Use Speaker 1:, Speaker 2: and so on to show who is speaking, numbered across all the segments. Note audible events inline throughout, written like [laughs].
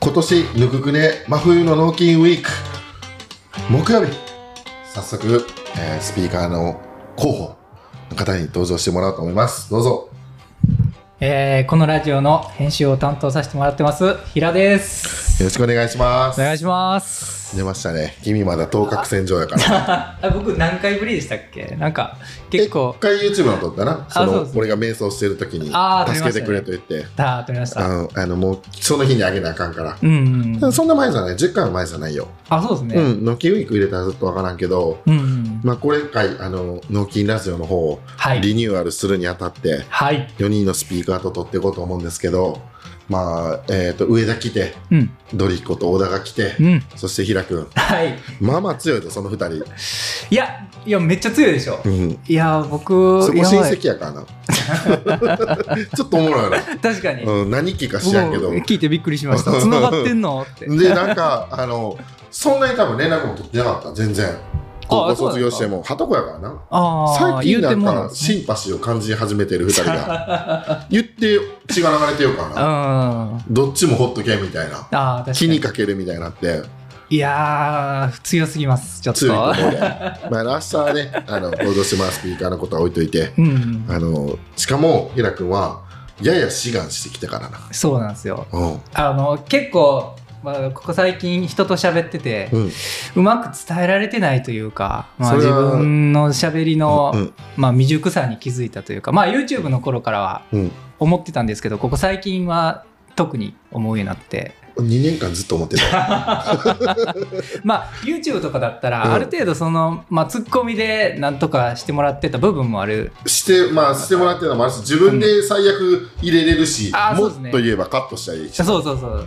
Speaker 1: 今年ぬくくね真冬の納金ウィーク木曜日早速、えースピーカーの候補の方に登場してもらおうと思いますどうぞ
Speaker 2: えーこのラジオの編集を担当させてもらってます平です
Speaker 1: よろしくお願いします
Speaker 2: お願いします
Speaker 1: 出ましたね君まだ当確線上やから
Speaker 2: [laughs] あ僕何回ぶりでしたっけなんか結構
Speaker 1: 一回 YouTube の撮ったなその
Speaker 2: そうそう
Speaker 1: 俺が瞑想してる時に
Speaker 2: あー撮り
Speaker 1: 助
Speaker 2: ま
Speaker 1: け
Speaker 2: した
Speaker 1: て
Speaker 2: ね
Speaker 1: くれと言って
Speaker 2: だーと思いまし
Speaker 1: あ
Speaker 2: た
Speaker 1: のあのもうその日にあげなあかんから、
Speaker 2: うんうん
Speaker 1: そんな前じゃない10回も前じゃないよ、
Speaker 2: あそうです
Speaker 1: う
Speaker 2: ね
Speaker 1: ん納金ウィーク入れたらずっとわからんけど
Speaker 2: うんうん
Speaker 1: まあ、これ回あの納金ラジオの方を
Speaker 2: はい
Speaker 1: リニューアルするにあたって、
Speaker 2: はい
Speaker 1: 4人のスピーカーと撮っていこうと思うんですけど、まあえー、と上田来て
Speaker 2: うん
Speaker 1: ドリッコと小田が来て、
Speaker 2: うん
Speaker 1: そして平君
Speaker 2: はい
Speaker 1: まあまあ強いとその2人、
Speaker 2: いやいやめっちゃ強いでしょ
Speaker 1: うん、
Speaker 2: いやー僕
Speaker 1: そこ
Speaker 2: や
Speaker 1: 親
Speaker 2: ばい
Speaker 1: 戚やからな
Speaker 2: [laughs]
Speaker 1: ちょっとおもろいよな、
Speaker 2: 確かに
Speaker 1: うん、何期か
Speaker 2: 僕
Speaker 1: 知らんけど
Speaker 2: 聞いてびっくりしました繋がってんのって
Speaker 1: でなんかあのそんなに多分連絡も取ってなかった全然高校卒業してもはとこやからな
Speaker 2: [laughs] ああ
Speaker 1: 最近
Speaker 2: 言う
Speaker 1: な
Speaker 2: て
Speaker 1: ん
Speaker 2: もな
Speaker 1: か
Speaker 2: んですね
Speaker 1: シンパシーを感じ始めてる2人が
Speaker 2: [laughs]
Speaker 1: 言って血が流れてようか
Speaker 2: うん
Speaker 1: な
Speaker 2: あ
Speaker 1: どっちもほっとけみたいな
Speaker 2: あー確か
Speaker 1: 気
Speaker 2: に
Speaker 1: にかけるみたいになって
Speaker 2: いやー強すぎますちょっと
Speaker 1: 強いところでまあ明日はねあの報道してますスピーカーのことは置いといて
Speaker 2: うん
Speaker 1: あのしかも平君はやや志願してきたからな
Speaker 2: そうなんですよ
Speaker 1: うん
Speaker 2: あの結構、まあ、ここ最近人と喋ってて、
Speaker 1: うん
Speaker 2: うまく伝えられてないというか、まあ、
Speaker 1: そ
Speaker 2: 自
Speaker 1: れは
Speaker 2: 分の喋りの、
Speaker 1: うん
Speaker 2: まあ、未熟さに気づいたというか、まあ、YouTube の頃からは
Speaker 1: うん
Speaker 2: 思ってたんですけどここ最近は特に思うようになって
Speaker 1: 2年間ずっと思ってた
Speaker 2: まあ YouTube とかだった
Speaker 1: うん
Speaker 2: らある程度その、まあ、ツッコミでなんとかしてもらってた部分もある
Speaker 1: して
Speaker 2: [laughs]
Speaker 1: まあしてもらってるのもあるし自分で最悪入れれるし、
Speaker 2: んあー
Speaker 1: も
Speaker 2: そうです
Speaker 1: っ
Speaker 2: ね
Speaker 1: と言えばカットしたりして
Speaker 2: そうそうそう、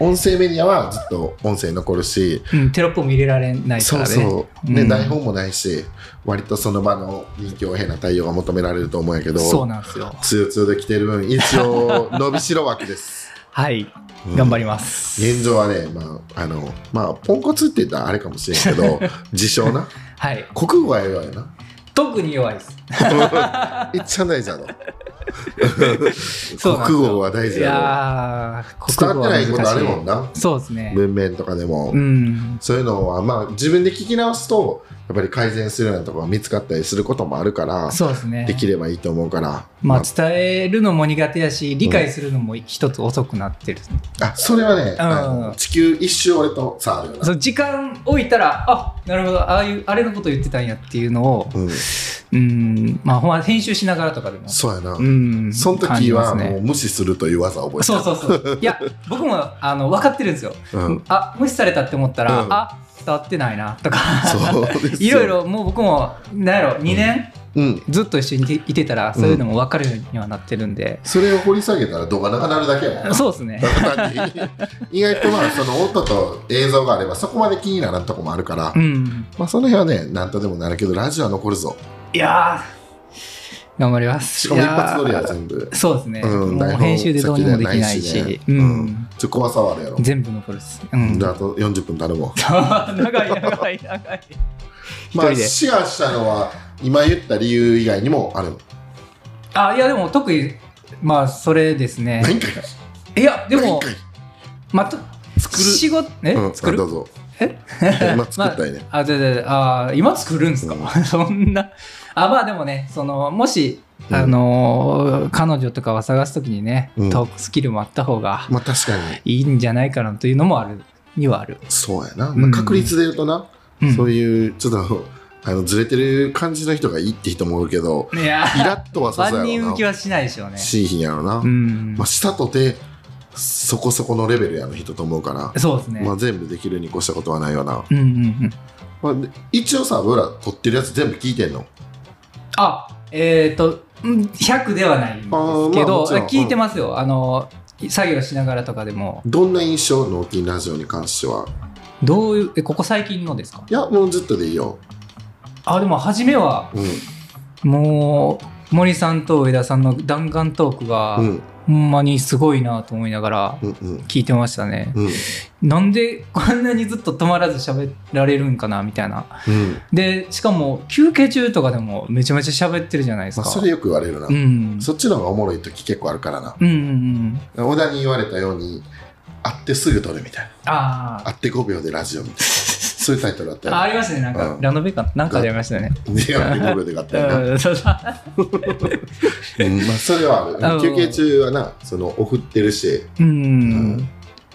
Speaker 1: 音声メディアはずっと音声残るし
Speaker 2: うん、テロップも入れられないか
Speaker 1: そ
Speaker 2: ら
Speaker 1: う
Speaker 2: ね
Speaker 1: そう、ね
Speaker 2: うん
Speaker 1: 台本もないし割とその場の臨機応変な対応が求められると思うんやけど
Speaker 2: そうなんですよ
Speaker 1: つよつよで来てる分一応伸びしろ枠です、
Speaker 2: はい
Speaker 1: うん
Speaker 2: [laughs] 頑張ります、
Speaker 1: 現状はね、まあ、あの、まあ、ポンコツって言ったらあれかもしれんけ
Speaker 2: [laughs]
Speaker 1: ど、自称な。
Speaker 2: はい
Speaker 1: 国語は弱いな。
Speaker 2: 特に弱いです
Speaker 1: いっちゃ大事だ
Speaker 2: [laughs]
Speaker 1: ろ。
Speaker 2: そうなんです
Speaker 1: 国
Speaker 2: よ
Speaker 1: 語は大事
Speaker 2: い
Speaker 1: だ
Speaker 2: や
Speaker 1: ろ。
Speaker 2: ー
Speaker 1: 伝わってないことあるもん
Speaker 2: ね。
Speaker 1: な。
Speaker 2: そうですね。
Speaker 1: 文面とかでも。
Speaker 2: うん。
Speaker 1: そういうのは、まあ、自分で聞き直すと、やっぱり改善するようなところが見つかったりすることもあるから、
Speaker 2: そうですね。
Speaker 1: できればいいと思うから。
Speaker 2: まあ伝えるのも苦手やし、理解するのも一つ遅くなってる。
Speaker 1: あ、それはね、
Speaker 2: ん
Speaker 1: あの地球一周俺と差あるよな。
Speaker 2: そう時間置いたら、あなるほど、ああいうあれのこと言ってたんやっていうのを、
Speaker 1: うん。
Speaker 2: うん、まあほんま編集しながらとかでも、
Speaker 1: そうやな
Speaker 2: う。ん、
Speaker 1: その
Speaker 2: 感
Speaker 1: 時
Speaker 2: じま
Speaker 1: は
Speaker 2: す
Speaker 1: もう
Speaker 2: ね。
Speaker 1: 無視するという技を覚え
Speaker 2: そうそうそう。いや僕もあの分かってるんですよ。
Speaker 1: た。うん。
Speaker 2: あ無視されたって思ったら、
Speaker 1: うん
Speaker 2: あ伝わってないなとか。
Speaker 1: そうですよ
Speaker 2: いろい。ろもう僕もなんやろ2年、
Speaker 1: うん。
Speaker 2: ずっと一緒にいてたらそういうのも分かるようにはなってるんで、
Speaker 1: それを掘り下げたら動画なくなるだけやもん
Speaker 2: [laughs]
Speaker 1: な
Speaker 2: そうですね
Speaker 1: 単に意外とまあその音と映像があればそこまで気にならんとこもあるから、
Speaker 2: うん
Speaker 1: まあその辺はねなんとでもなるけどラジオは残るぞ
Speaker 2: いやー頑張ります
Speaker 1: しかも一発撮り
Speaker 2: や
Speaker 1: は全部、
Speaker 2: そうですね、
Speaker 1: うん
Speaker 2: もう
Speaker 1: 台本
Speaker 2: 編集でどうにもできないし
Speaker 1: 先でないしね
Speaker 2: うん
Speaker 1: うんちょっと怖さはあるやろ、
Speaker 2: 全部残るっす、 [laughs] うん、
Speaker 1: であと40分頼も
Speaker 2: 長い長い長いう
Speaker 1: まあ
Speaker 2: [laughs] 一人で
Speaker 1: シェアしたのは今言った理由以外にもある
Speaker 2: あいやでも特にまあそれですね
Speaker 1: 何回
Speaker 2: いやで
Speaker 1: 何
Speaker 2: も
Speaker 1: 回
Speaker 2: また
Speaker 1: 作る
Speaker 2: 仕事え、
Speaker 1: うん、
Speaker 2: 作
Speaker 1: あど
Speaker 2: る
Speaker 1: うぞ
Speaker 2: え [laughs]
Speaker 1: 今作ったよね、
Speaker 2: まあ、あ、でであー今作るんですか、
Speaker 1: う
Speaker 2: [laughs] そんな。あ、まあでもね、その、もし、あのー彼女とかを探すときにね、
Speaker 1: うん
Speaker 2: トークスキルもあった方が
Speaker 1: まあ確かに
Speaker 2: いいんじゃないかなというのもある、にはある。
Speaker 1: そうやな、
Speaker 2: ん
Speaker 1: まあ、確率で言うとな、
Speaker 2: うん
Speaker 1: そういうちょっとあのずれてる感じの人がいいって人もおるけど
Speaker 2: いや
Speaker 1: イラッとはさせや
Speaker 2: 万
Speaker 1: ろ
Speaker 2: 人
Speaker 1: な
Speaker 2: 受けはしないでしょうね。
Speaker 1: しいひんやろな、
Speaker 2: うん
Speaker 1: まあ、。したとてそこそこのレベルやの人と思うから、
Speaker 2: そうですね。
Speaker 1: まあ、全部できるに越したことはないよな、
Speaker 2: うんうんうん。
Speaker 1: まあで、一応さ俺ら撮ってるやつ全部聞いてんの
Speaker 2: あ、えっ、と、うん100ではないんですけ
Speaker 1: あー
Speaker 2: ど、
Speaker 1: まあもちろん
Speaker 2: 聞いてますよ。あの、作業しながらとかでも。
Speaker 1: どんな印象納金ラジオに関しては
Speaker 2: どういう、えここ最近のですか
Speaker 1: いやもうずっとでいいよ、
Speaker 2: あ、でも初めは、
Speaker 1: うん
Speaker 2: もう森さんと上田さんの弾丸トークが、
Speaker 1: うん、
Speaker 2: ほんまにすごいなと思いながら
Speaker 1: うんうん
Speaker 2: 聞いてましたね、
Speaker 1: うん
Speaker 2: なんでこんなにずっと止まらず喋られるんかなみたいな
Speaker 1: うん
Speaker 2: でしかも休憩中とかでもめちゃめちゃ喋ってるじゃないです
Speaker 1: まあ、
Speaker 2: か、
Speaker 1: それよく言われるな、
Speaker 2: うん、
Speaker 1: そっちの方がおもろい時結構あるからな
Speaker 2: うんうん
Speaker 1: 小田に言われたように会ってすぐ撮るみたいな
Speaker 2: あ
Speaker 1: 会って5秒でラジオみ
Speaker 2: [laughs]
Speaker 1: たいなそういうタイトルだった
Speaker 2: ー
Speaker 1: よ
Speaker 2: あありましたねなんか、
Speaker 1: うん
Speaker 2: ラノベかななんかでやりましたよね
Speaker 1: ね会って5秒でがあったよな
Speaker 2: うんそうそう
Speaker 1: うんまあそれはあ
Speaker 2: う
Speaker 1: る
Speaker 2: ん
Speaker 1: 休憩中はなその送ってるし
Speaker 2: う
Speaker 1: うん
Speaker 2: ん、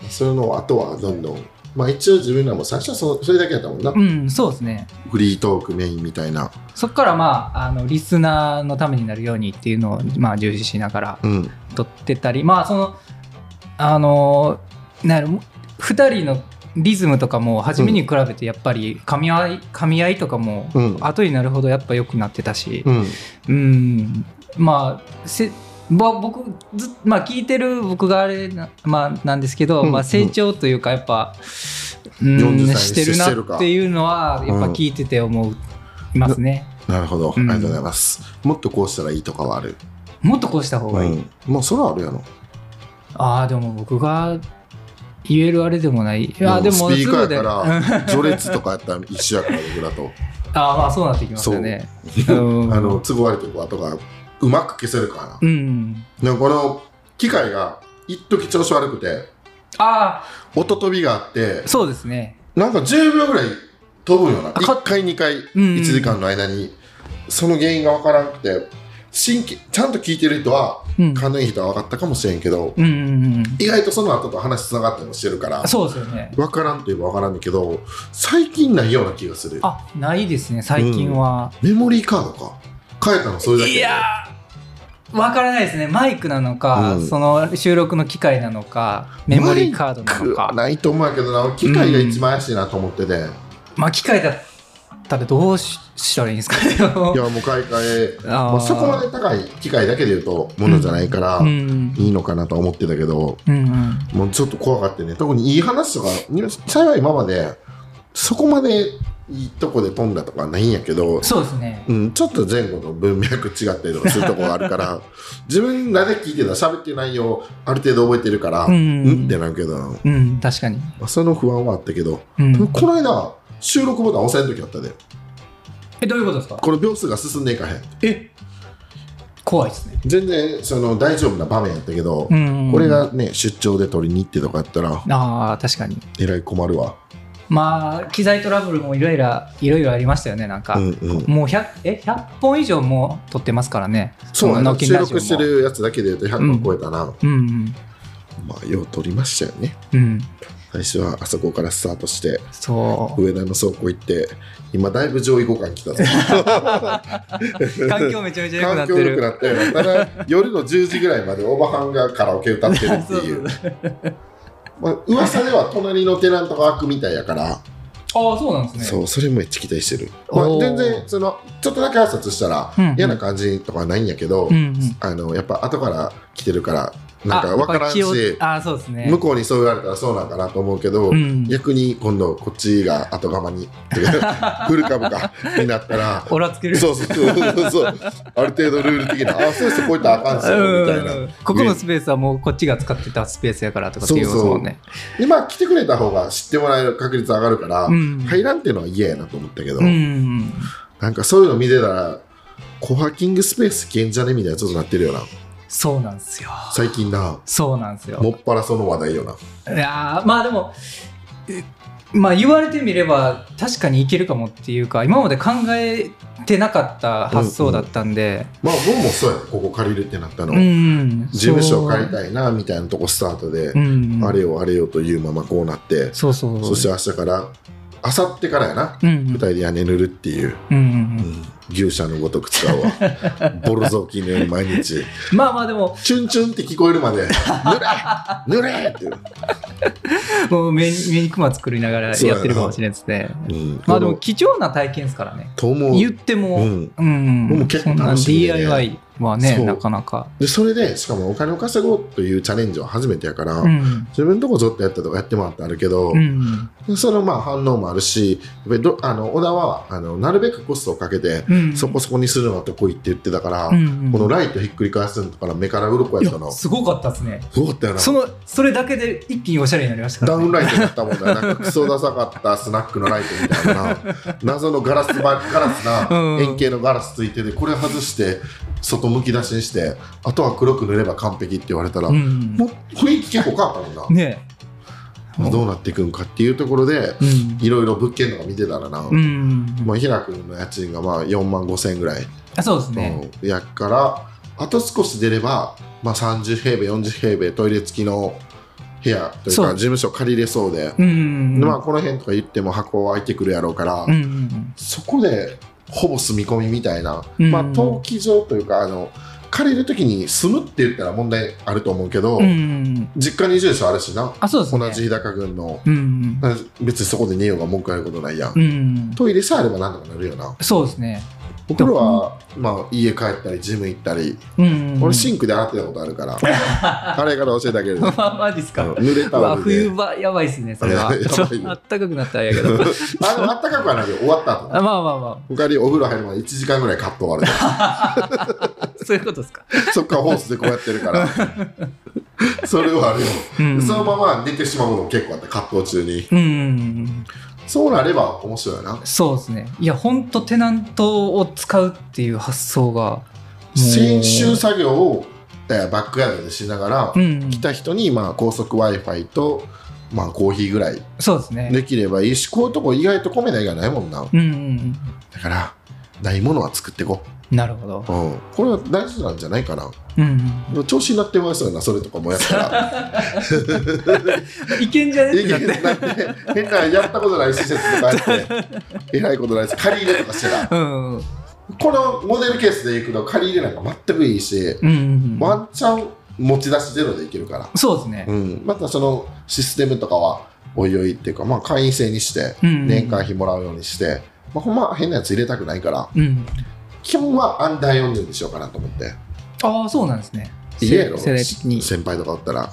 Speaker 1: それの後はどんどんまあ一応自分らも最初はそそれだけやったもんな
Speaker 2: うん、そうですね
Speaker 1: フリートークメインみたいな
Speaker 2: そこからまああのリスナーのためになるようにっていうのを、まあ、重視しながら
Speaker 1: うん
Speaker 2: 撮ってたりまあそのあのなんやろ2人のリズムとかも初めに比べてやっぱり噛み合い噛み合いとかも
Speaker 1: うん
Speaker 2: 後になるほどやっぱ良くなってたし
Speaker 1: うん
Speaker 2: うんまあせぼ僕ずまあ聞いてる僕があれな,、まあ、なんですけど、
Speaker 1: うん
Speaker 2: まあ、成長というかやっぱ、うん
Speaker 1: 40歳
Speaker 2: してる
Speaker 1: してる
Speaker 2: な
Speaker 1: か
Speaker 2: っていうのはやっぱ聞いてて思ういますね、
Speaker 1: なるほどあ
Speaker 2: う
Speaker 1: り
Speaker 2: ん
Speaker 1: がとうございますもっとこうしたらいいとかはある
Speaker 2: もっとこうした方がいい、
Speaker 1: うんもうそれはあるやろ
Speaker 2: ああでも僕が言えるあれでもないいや
Speaker 1: うん
Speaker 2: でも
Speaker 1: スピーカーや
Speaker 2: すぐ
Speaker 1: [laughs]
Speaker 2: で
Speaker 1: から序列とかやったら一緒やから僕らと
Speaker 2: ああまあそうなってきますよね [laughs] うん
Speaker 1: あの都合悪いとこはとかうまく消せるからな
Speaker 2: うん
Speaker 1: でもこの機械が一時調子悪くて
Speaker 2: あ
Speaker 1: 音飛びがあって
Speaker 2: あそうですね
Speaker 1: なんか10秒ぐらい飛ぶような
Speaker 2: あか
Speaker 1: 1回2回
Speaker 2: んうん
Speaker 1: 1時間の間にその原因が分からなくて神経ちゃんと聞いてる人は
Speaker 2: うん
Speaker 1: 勘のいい人は分かったかもしれんけど
Speaker 2: うんうんうん
Speaker 1: 意外とその後と話つながったりもしてるから
Speaker 2: そうですよね
Speaker 1: 分からんといえば分からんだけど最近ないような気がする
Speaker 2: あないですね最近は、
Speaker 1: メモリーカードか変えたのそれだけ
Speaker 2: いやーわからないですねマイクなのか、
Speaker 1: うん
Speaker 2: その収録の機械なのかメモリーカードなのか
Speaker 1: ないと思うんやけどな俺機械が一番怪しいなと思ってて、
Speaker 2: まあ機械だったらどうししたらいいんですかね [laughs]
Speaker 1: いやもう買い替え
Speaker 2: あー
Speaker 1: まあ、そこまで高い機械だけで言うとものじゃないから、
Speaker 2: うん
Speaker 1: いいのかなとは思ってたけど
Speaker 2: うんうん
Speaker 1: もうちょっと怖がってね特にいい話とか幸い今までそこまでいいとこで飛んだとかはないんやけど、
Speaker 2: そうですね
Speaker 1: うん、ちょっと前後の文脈違ったりとかするとこがあるから
Speaker 2: [laughs]
Speaker 1: 自分らで聞いてた喋ってる内容ある程度覚えてるから、
Speaker 2: う
Speaker 1: うんん、ってなるけど、ま
Speaker 2: うん確かに、
Speaker 1: あ、その不安はあったけど、
Speaker 2: う
Speaker 1: でも
Speaker 2: ん、
Speaker 1: この間収録ボタン押さえる時あったで
Speaker 2: えどういうことですか
Speaker 1: この秒数が進んでいかへん
Speaker 2: え怖いですね
Speaker 1: 全然その大丈夫な場面やったけど、
Speaker 2: うん
Speaker 1: これがね出張で取りに行ってとかやったら
Speaker 2: ああ確かに
Speaker 1: えらい困るわ
Speaker 2: まあ機材トラブルもいろいろいろいろありましたよねなんか、
Speaker 1: うんうん
Speaker 2: もう 100, え100本以上もう撮ってますからね
Speaker 1: そうな
Speaker 2: の
Speaker 1: の
Speaker 2: 納期
Speaker 1: 収
Speaker 2: ラ
Speaker 1: 録
Speaker 2: ジオも
Speaker 1: してるやつだけで言うと100本超えたな、
Speaker 2: うん
Speaker 1: まあよう取りましたよね
Speaker 2: うんうん
Speaker 1: 最初はあそこからスタートして
Speaker 2: そう
Speaker 1: 上田の倉庫行って今だいぶ上位互換来た
Speaker 2: [laughs]
Speaker 1: ぞ [laughs]
Speaker 2: 環境めちゃめちゃ良くな
Speaker 1: 環
Speaker 2: って
Speaker 1: 境良
Speaker 2: る
Speaker 1: くなってるただ夜の10時ぐらいまでおばはんがカラオケ歌ってるっていう
Speaker 2: [laughs] そう
Speaker 1: まあ噂では隣のテナントが開くみたいやから、
Speaker 2: ああそうなんですね
Speaker 1: そうそれもめっちゃ期待してる、まあ、
Speaker 2: おー
Speaker 1: 全然そのちょっとだけ挨拶したら
Speaker 2: うんうん
Speaker 1: 嫌な感じとかはないんやけど、
Speaker 2: んうん
Speaker 1: あのやっぱ後から来てるからなんか
Speaker 2: あ
Speaker 1: 分からんし、
Speaker 2: やっぱ気をああそうですね
Speaker 1: 向こうにそう言われたらそうなんかなと思うけど、
Speaker 2: うん
Speaker 1: 逆に今度こっちが後釜にて
Speaker 2: [laughs]
Speaker 1: か古株がになったら
Speaker 2: オラつける
Speaker 1: そうそうそうそうそうある程度ルール的なあそうしてこういったらあかんしみたい
Speaker 2: うん
Speaker 1: な
Speaker 2: ここのスペースはもうこっちが使ってたスペースやからとかっていうこともんね
Speaker 1: 今来てくれた方が知ってもらえる確率上がるから、
Speaker 2: うん
Speaker 1: 入らんっていうのは嫌やなと思ったけど、
Speaker 2: うんうん
Speaker 1: なんかそういうの見てたらコハキングスペースけんじゃねみたいなちょっとなってるよな
Speaker 2: そうなんですよ
Speaker 1: 最近な
Speaker 2: そうなんですよ
Speaker 1: もっぱらその話題よない
Speaker 2: やーまあでもえまあ言われてみれば確かにいけるかもっていうか今まで考えてなかった発想だったんで、
Speaker 1: まあ僕もそうやここ借りるってなったの、
Speaker 2: うん
Speaker 1: 事務所を借り
Speaker 2: い、
Speaker 1: たいなみたいなとこスタートで、
Speaker 2: うん、
Speaker 1: あれよあれよというままこうなって、
Speaker 2: そうそう
Speaker 1: そして明日から明後日からやな、
Speaker 2: うんう
Speaker 1: 二
Speaker 2: ん
Speaker 1: 人で屋根塗るっていう、
Speaker 2: うんうんうん
Speaker 1: 牛舎のごとく使うわ
Speaker 2: [laughs]
Speaker 1: ボロ雑巾のように毎日
Speaker 2: まあまあでも
Speaker 1: チュンチュンって聞こえるまで「
Speaker 2: [laughs]
Speaker 1: 塗れ塗れ!」っていう、
Speaker 2: もう目に目にクマ作りながら
Speaker 1: そうや
Speaker 2: や
Speaker 1: な
Speaker 2: ってるかもしれないですね
Speaker 1: うん、
Speaker 2: まあで
Speaker 1: こ
Speaker 2: も
Speaker 1: の
Speaker 2: 貴重な体験ですからね
Speaker 1: と思う
Speaker 2: 言っても、
Speaker 1: う
Speaker 2: うん
Speaker 1: ん
Speaker 2: うん
Speaker 1: 僕も結構
Speaker 2: そんな
Speaker 1: 楽しみでね
Speaker 2: DIY は
Speaker 1: そ
Speaker 2: ね
Speaker 1: う
Speaker 2: なかなか、
Speaker 1: でそれでしかもお金を稼ごうというチャレンジは初めてやから、
Speaker 2: うん
Speaker 1: 自分のとこちょっとやったとかやってもらってあるけど、
Speaker 2: うん
Speaker 1: そのまあ反応もあるしやっぱりどあの小田はあのなるべくコストをかけて、
Speaker 2: うん、
Speaker 1: そこそこにするのは得意って言ってたから、
Speaker 2: うんうん
Speaker 1: このライトひっくり返すのから目から鱗
Speaker 2: い
Speaker 1: やった
Speaker 2: や
Speaker 1: の。
Speaker 2: すごかったですね
Speaker 1: すごかったよな。
Speaker 2: そのそれだけで一気におしゃれになりましたか
Speaker 1: ダ
Speaker 2: ら、
Speaker 1: ウンライトだったもんな。なんかクソダサかったスナックのライトみたいな。謎のガラスばガラスな
Speaker 2: うん
Speaker 1: 円形のガラスついてて、これ外して、外むき出しにして、あとは黒く塗れば完璧って言われたら、
Speaker 2: う、
Speaker 1: もうん雰囲気結構変わったもんな。
Speaker 2: ねえ
Speaker 1: まあどうなっていくのかっていうところで
Speaker 2: うん
Speaker 1: いろいろ物件とか見てたらな、
Speaker 2: うん
Speaker 1: まあ、平君の家賃がまあ4万5千円ぐらい
Speaker 2: あそうですね
Speaker 1: のやから、あと少し出れば、まあ、30平米40平米トイレ付きの部屋という
Speaker 2: そう
Speaker 1: か事務所借りれそうで、
Speaker 2: うんうん
Speaker 1: でまあ、この辺とか言っても箱開いてくるやろうから、
Speaker 2: うんうん
Speaker 1: そこでほぼ住み込みみたいな、
Speaker 2: うん
Speaker 1: まあ、登記上というかあの借りる時に住むって言ったら問題あると思うけど、
Speaker 2: うんうん
Speaker 1: 実家に住所あるしな
Speaker 2: あそうですね
Speaker 1: 同じ日高郡の
Speaker 2: うん
Speaker 1: 別にそこで寝ようが文句あることないやん、
Speaker 2: うんうん
Speaker 1: トイレさえあればなんとかなるよな
Speaker 2: そうですね
Speaker 1: 僕らは、まあ、家帰ったりジム行ったり、
Speaker 2: うんうん
Speaker 1: 俺シンクで洗ってたことあるから
Speaker 2: [laughs]
Speaker 1: 洗い方教えてあげるね
Speaker 2: ま [laughs] あマジっす
Speaker 1: あ
Speaker 2: か
Speaker 1: の濡れ
Speaker 2: う
Speaker 1: タ
Speaker 2: わ
Speaker 1: オルで
Speaker 2: 冬場やばいっすねそれは
Speaker 1: [laughs] やばいよ
Speaker 2: ちょっ [laughs] とあったかくなったらやけど
Speaker 1: あのあったかくはないよ終わった後
Speaker 2: あまあまあま
Speaker 1: 他にお風呂入るまで1時間ぐらいカット終わる
Speaker 2: あ [laughs] そういうことですか、
Speaker 1: そっからホースでこうやってるからそれはあるよ、
Speaker 2: うん、
Speaker 1: そのまま寝てしまうことも結構あって葛藤中に
Speaker 2: うんうんうん
Speaker 1: そうなれば面白いよな
Speaker 2: そうですねいやほんとテナントを使うっていう発想がもう
Speaker 1: 先週作業をえーバックヤードでしながら、
Speaker 2: うん
Speaker 1: 来た人にまあ高速 w i f i と、まあ、コーヒーぐらい
Speaker 2: そうですね
Speaker 1: できればいいしこういうとこ意外と米の以外ないもんな
Speaker 2: うんうん
Speaker 1: だからないものは作っていこ
Speaker 2: うんなるほど
Speaker 1: う、うん、これは大事なんじゃないかな
Speaker 2: うんうん
Speaker 1: 調子になってますよなそれとかもやった
Speaker 2: [laughs]
Speaker 1: ら
Speaker 2: いけんじゃね
Speaker 1: い
Speaker 2: っ
Speaker 1: い
Speaker 2: てな
Speaker 1: け
Speaker 2: っ
Speaker 1: ど
Speaker 2: て
Speaker 1: だって変なやったことない施設とかあってえらいことないし借り入れとかしてた
Speaker 2: うんうん
Speaker 1: このモデルケースでいくと借り入れなんか全くいいし
Speaker 2: うんう
Speaker 1: ワ
Speaker 2: ん
Speaker 1: ンチャン持ち出しゼロでいけるから、
Speaker 2: そうですね
Speaker 1: うん、またそのシステムとかはおいおいっていうか、まあ、会員制にして
Speaker 2: うん
Speaker 1: 年会費もらうようにして、まあ、ほんま変なやつ入れたくないから
Speaker 2: うん
Speaker 1: 基本はアンダー40にしようかなと思って
Speaker 2: ああそうなんですね
Speaker 1: いやろ
Speaker 2: 世代的に
Speaker 1: 先輩とかおったら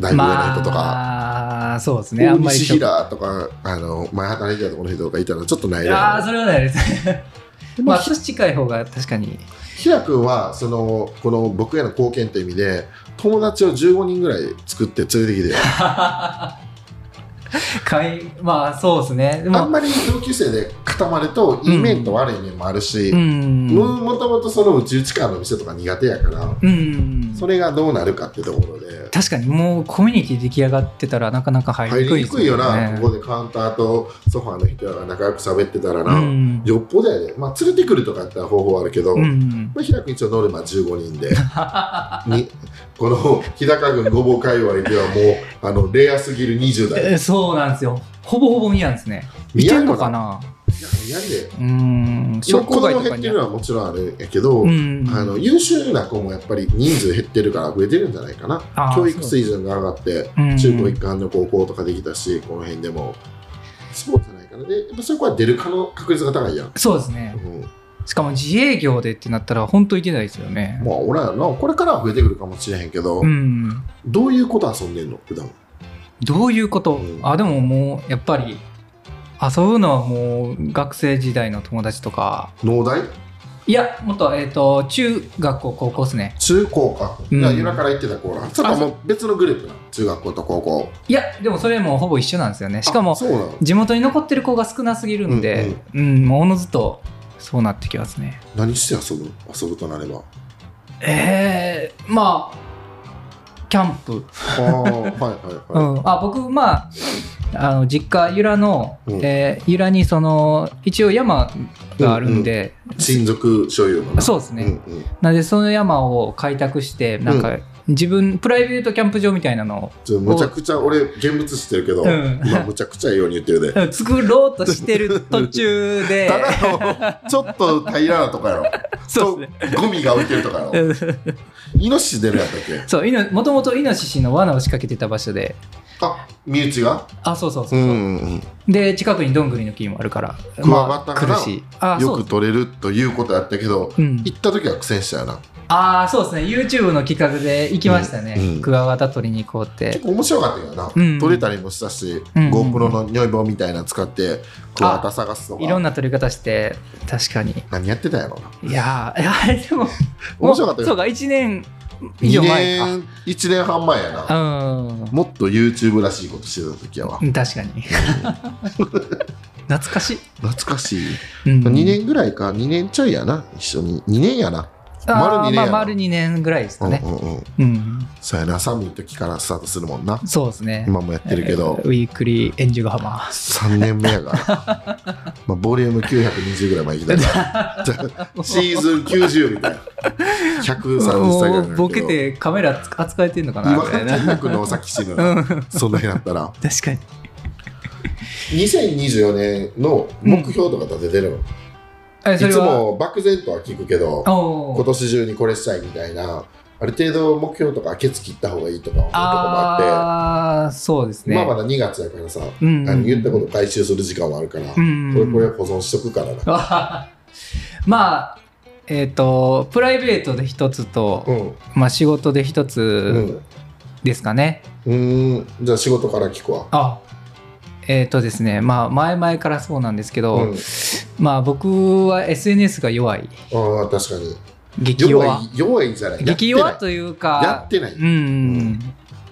Speaker 1: だいぶ偉い人とか、
Speaker 2: まあそうですねあ
Speaker 1: 大
Speaker 2: んまり
Speaker 1: 西平とかあの前働いてたところの人とかいたらちょっとない
Speaker 2: ああ
Speaker 1: な
Speaker 2: それはないですね
Speaker 1: ま
Speaker 2: まあ
Speaker 1: あ
Speaker 2: 年近い方が確かに
Speaker 1: 平君はそのこの僕への貢献という意味で友達を15人ぐらい作って連れてきてよ
Speaker 2: かいまあそうですね
Speaker 1: あ
Speaker 2: ま
Speaker 1: んまり同級生で固まるといい面と悪い面もあるし、
Speaker 2: あうん
Speaker 1: ももともとその内々感の店とか苦手やから
Speaker 2: うん
Speaker 1: それがどうなるかってところで
Speaker 2: 確かにもうコミュニティ出来上がってたらなかなか入り
Speaker 1: 入
Speaker 2: にく
Speaker 1: り
Speaker 2: い
Speaker 1: に
Speaker 2: です
Speaker 1: くいよな、
Speaker 2: ね
Speaker 1: ここでカウンターとソファーの人らが仲良く喋ってたらな、
Speaker 2: うん
Speaker 1: よっぽどやで、まあ、連れてくるとかやったら方法はあるけど、
Speaker 2: うん
Speaker 1: まあ、平君一応ノルマ15人で [laughs] にこの日高郡ごぼう界隈ではもうあのレアすぎる20代
Speaker 2: えそうなんですよほぼほぼ宮なんですねいけるのかない
Speaker 1: やいやで
Speaker 2: うん
Speaker 1: 今
Speaker 2: 商
Speaker 1: 子
Speaker 2: 工街
Speaker 1: 供
Speaker 2: と
Speaker 1: 減
Speaker 2: か
Speaker 1: って
Speaker 2: に
Speaker 1: るのはもちろんあるんやけど、
Speaker 2: うん
Speaker 1: あの優秀な子もやっぱり人数減ってるから増えてるんじゃないかな
Speaker 2: あー
Speaker 1: 教育水準が上がって
Speaker 2: うん
Speaker 1: 中高一貫の高校とかできたしこの辺でもそうじゃないかなでやっぱそういう子は出る可能確率が高いやん、
Speaker 2: そうですね
Speaker 1: うん、
Speaker 2: しかも自営業でってなったら本当いけないですよね
Speaker 1: まあ俺らのこれからは増えてくるかもしれへんけど、
Speaker 2: うん
Speaker 1: どういうこと遊んでんの普段
Speaker 2: どういうこと、
Speaker 1: うん
Speaker 2: あでももうやっぱり遊ぶのはもう学生時代の友達とか
Speaker 1: 農大
Speaker 2: いやもっと,、えっと中学校高校ですね
Speaker 1: 中高か、
Speaker 2: うん
Speaker 1: いや由良から行ってた子らそれかもう別のグループな中学校と高校
Speaker 2: いやでもそれもほぼ一緒なんですよねしか
Speaker 1: あ
Speaker 2: も
Speaker 1: そうなの
Speaker 2: 地元に残ってる子が少なすぎるんでうん、もうおのずとそうなってきますね
Speaker 1: 何して遊ぶ遊ぶとなれば
Speaker 2: えー、まあキャンプ、
Speaker 1: ああ [laughs] はいはいは
Speaker 2: うん、あ僕まああの実家由良の、
Speaker 1: うん
Speaker 2: えー由良にその一応山があるんで、
Speaker 1: い親族所有のな
Speaker 2: そうですね、
Speaker 1: うんうん、
Speaker 2: なのでその山を開拓してなんか自分、プライベートキャンプ場みたいなの
Speaker 1: ちょむちゃくちゃ俺現物知ってるけど、
Speaker 2: うん [laughs]
Speaker 1: 今むちゃくちゃいいように言ってるで、
Speaker 2: を作ろうとしてる途中 [laughs] で
Speaker 1: ただのちょっと平らなとこやろ
Speaker 2: そうですね
Speaker 1: とゴミが置いてるとこやろイノシシ出るやったっけ
Speaker 2: そういのもともとイノシシの罠を仕掛けてた場所で
Speaker 1: あ身内が
Speaker 2: あそうそうそうう、
Speaker 1: んうん
Speaker 2: で近くにどんぐりの木もあるから
Speaker 1: クワガタか
Speaker 2: 来
Speaker 1: な
Speaker 2: るしあ
Speaker 1: うん
Speaker 2: そ
Speaker 1: よ
Speaker 2: う
Speaker 1: く取れるということやったけど、
Speaker 2: うん
Speaker 1: 行った時は苦戦したよな
Speaker 2: あーそうですね YouTube の企画で行きましたね、
Speaker 1: うんうん
Speaker 2: クワガタ取りに行こうって
Speaker 1: 結構面白かったけどな、
Speaker 2: うん
Speaker 1: 取れたりもしたし、
Speaker 2: うん
Speaker 1: GoPro の尿棒みたいなの使ってクワガタ探すと
Speaker 2: いろん
Speaker 1: か
Speaker 2: な取り方して確かに
Speaker 1: 何やってたんやろうない
Speaker 2: やーいや [laughs] あれでも
Speaker 1: 面白かった
Speaker 2: そう
Speaker 1: よ
Speaker 2: か1年以
Speaker 1: 2
Speaker 2: 上前か
Speaker 1: 年1年半前やな
Speaker 2: うん
Speaker 1: もっと YouTube らしいことしてた時やわ
Speaker 2: うん確かに [laughs] 懐かしい、
Speaker 1: 懐かしい、
Speaker 2: うん
Speaker 1: 2年ぐらいか2年ちょいやな一緒に2年やな
Speaker 2: あ
Speaker 1: 丸
Speaker 2: ー
Speaker 1: 二年
Speaker 2: ま
Speaker 1: や
Speaker 2: あ
Speaker 1: な
Speaker 2: 丸2年ぐらいです
Speaker 1: う
Speaker 2: か
Speaker 1: んう
Speaker 2: ね。
Speaker 1: んうん
Speaker 2: うん。
Speaker 1: そうやな寒い時からスタートするもんな
Speaker 2: そうですね。
Speaker 1: 今もやってるけど
Speaker 2: えーウィークリーエンジュガハマ
Speaker 1: 3年目やがまあボリューム920ぐらいまで行きたいな [laughs] シーズン90みたいな130歳ぐ
Speaker 2: も
Speaker 1: らいう
Speaker 2: ボケてカメラ扱えてんのかな
Speaker 1: 今
Speaker 2: みたいな。
Speaker 1: 天国のお先死ぬ
Speaker 2: うん。 [laughs] 確
Speaker 1: そんなになったら
Speaker 2: かに。
Speaker 1: 2024年の目標とか立ててるの、
Speaker 2: え
Speaker 1: いつ。も漠然とは聞くけど
Speaker 2: お
Speaker 1: 今
Speaker 2: ー
Speaker 1: 年中にこれしたいみたいなある程度目標とかケツ切った方がいいとか思うとこもあって
Speaker 2: ああ、そうですね。
Speaker 1: 今まだ2月やからさ、
Speaker 2: うん
Speaker 1: あの言ったこと回収する時間はあるから、
Speaker 2: うん
Speaker 1: 俺これ保存しとくからな、
Speaker 2: [laughs] まあえっ、とプライベートで一つと、
Speaker 1: うん
Speaker 2: まあ仕事で一
Speaker 1: う
Speaker 2: つですかね、
Speaker 1: ん、うーんじゃあ仕事から聞くわ
Speaker 2: あえっ、とですねまあ前々からそうなんですけど、
Speaker 1: うん、
Speaker 2: まあ僕は SNS が弱い
Speaker 1: ああ確かに
Speaker 2: 激
Speaker 1: 弱
Speaker 2: 弱
Speaker 1: い弱いんじゃない
Speaker 2: 激弱というか
Speaker 1: やってないやって
Speaker 2: う
Speaker 1: ない、
Speaker 2: んうん、
Speaker 1: う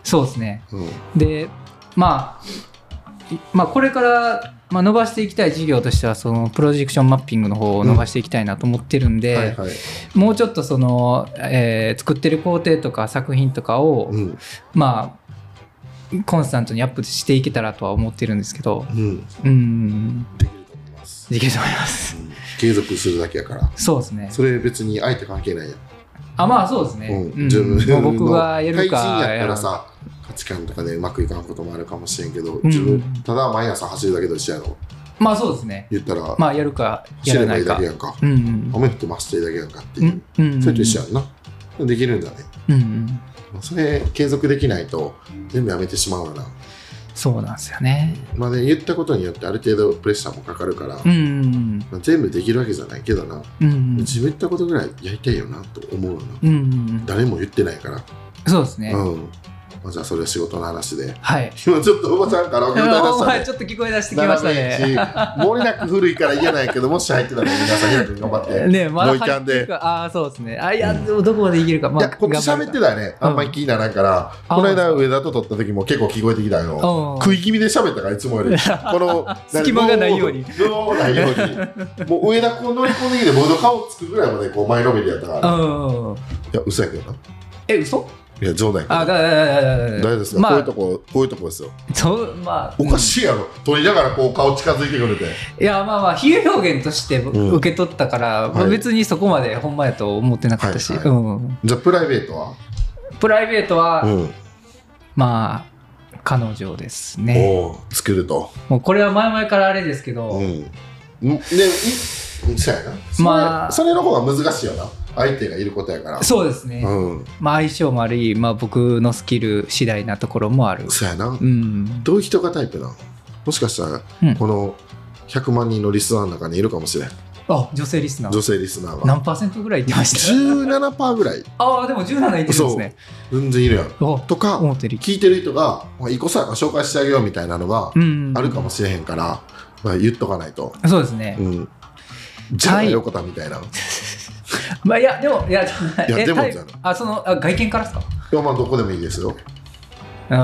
Speaker 2: そうですね
Speaker 1: うん
Speaker 2: でまあいまあこれから、まあ、伸ばしていきたい事業としてはそのプロジェクションマッピングの方を伸ばしていきたいなと思ってるんで、
Speaker 1: はいはい、
Speaker 2: もうちょっとその、えー作ってる工程とか作品とかを、
Speaker 1: うん
Speaker 2: まあコンスタントにアップしていけたらとは思ってるんですけど
Speaker 1: うん、で
Speaker 2: うん
Speaker 1: きると思います、
Speaker 2: できると思いま
Speaker 1: う
Speaker 2: す
Speaker 1: ん継続するだけやから
Speaker 2: そうですね
Speaker 1: それ別に相手関係ないやん
Speaker 2: あまあそうですね、
Speaker 1: うん
Speaker 2: うん
Speaker 1: 自分の
Speaker 2: もう僕がやるか
Speaker 1: 対人やったら
Speaker 2: や
Speaker 1: さ価値観とかでうまくいかんこともあるかもしれんけど、
Speaker 2: ん
Speaker 1: 自分ただ毎朝走るだけと一緒やろ
Speaker 2: らまあそうですね
Speaker 1: 言ったら、
Speaker 2: まあやるか
Speaker 1: 走
Speaker 2: やら
Speaker 1: れ
Speaker 2: な
Speaker 1: ばい
Speaker 2: い
Speaker 1: いだ
Speaker 2: か
Speaker 1: けやんか
Speaker 2: うんうん
Speaker 1: 雨降っても走っていいだけやんかって
Speaker 2: う
Speaker 1: い
Speaker 2: ん
Speaker 1: う、
Speaker 2: うん
Speaker 1: それと一緒やんなできるんだね
Speaker 2: うんうん
Speaker 1: それ継続できないと全部やめてしまうわな、
Speaker 2: そうなんですよね
Speaker 1: まあね、言ったことによってある程度プレッシャーもかかるから、
Speaker 2: うんうん
Speaker 1: まあ全部できるわけじゃないけどな、
Speaker 2: うんうん
Speaker 1: 自分言ったことぐらいやりたいよなと思うよな、
Speaker 2: うんうん
Speaker 1: 誰も言ってないから、
Speaker 2: そうですね
Speaker 1: うんまあ、じゃあそれは仕事の話で
Speaker 2: はい
Speaker 1: 今ちょっとおばちゃんから送り出
Speaker 2: お
Speaker 1: したね
Speaker 2: 前ちょっと聞こえ出してきましたね
Speaker 1: もれなく古いから嫌なんやけど、もし入ってたら皆さん、ヒロ君頑張って。
Speaker 2: ねまだ
Speaker 1: ノイキャンで
Speaker 2: 入ってるかああそうですねあいやでもどこまでいけるか、
Speaker 1: い
Speaker 2: まあ
Speaker 1: や、こっち喋ってたよね。あんまり気にならんから、
Speaker 2: あ
Speaker 1: この間上田と撮った時も結構聞こえてきたよ。食
Speaker 2: い
Speaker 1: い気味で喋ったから、いつも
Speaker 2: [laughs]
Speaker 1: より。この、
Speaker 2: 隙間がないように
Speaker 1: どうないように。もう上田こう乗り込んできて、ボード顔つくぐらいまでこう前のめりやったから。い
Speaker 2: うん
Speaker 1: や、嘘やけどな。
Speaker 2: え嘘
Speaker 1: いや、冗談やけ
Speaker 2: あ
Speaker 1: ど。
Speaker 2: だだだだだだ
Speaker 1: 大丈夫ですか
Speaker 2: ま
Speaker 1: こういう
Speaker 2: あ
Speaker 1: とこ、こういうとこですよ。
Speaker 2: そうまあ
Speaker 1: おかしいやろ。撮りながらこう顔近づいてくれて。
Speaker 2: いやまあまあ比喩表現として
Speaker 1: ん
Speaker 2: 受け取ったから、
Speaker 1: はい
Speaker 2: 別にそこまでほんまやと思ってなかったし、
Speaker 1: はいは
Speaker 2: うん、
Speaker 1: じゃあ、プライベートは
Speaker 2: プライベートは、
Speaker 1: うん。
Speaker 2: まあ彼女ですね
Speaker 1: おー作ると。
Speaker 2: もうこれは前々からあれですけど、
Speaker 1: うん。で、いそうやな。ま
Speaker 2: ま
Speaker 1: あ、
Speaker 2: あ
Speaker 1: それの方が難しいよな。相手がいることやから。
Speaker 2: そうですね、
Speaker 1: うん。
Speaker 2: まあ相性もあり、まあ、僕のスキル次第なところもある
Speaker 1: そうやな
Speaker 2: う。ん
Speaker 1: どういう人がタイプなんもしかしたら、
Speaker 2: うん
Speaker 1: この100万人のリスナーの中にいるかもしれん。
Speaker 2: あ女性リスナー
Speaker 1: 女性リスナーが。
Speaker 2: 何パーセントぐらいいってました
Speaker 1: 17%ぐらい。
Speaker 2: ああでも17いってるんですね
Speaker 1: 全然いるやん。
Speaker 2: お
Speaker 1: とか、
Speaker 2: 思ってる
Speaker 1: 聞いてる人が、まあいい子さんが紹介してあげようみたいなのが
Speaker 2: うん
Speaker 1: あるかもしれへんから、まあ、言っとかないと。
Speaker 2: そうですね
Speaker 1: うん。じゃあ、
Speaker 2: はい
Speaker 1: 横田みたいな。い
Speaker 2: まあいやでもいや
Speaker 1: いや
Speaker 2: え
Speaker 1: でも
Speaker 2: タイ
Speaker 1: じゃ
Speaker 2: あそのあ外見からですか
Speaker 1: や、まあ、どこでもいいですよ。
Speaker 2: あ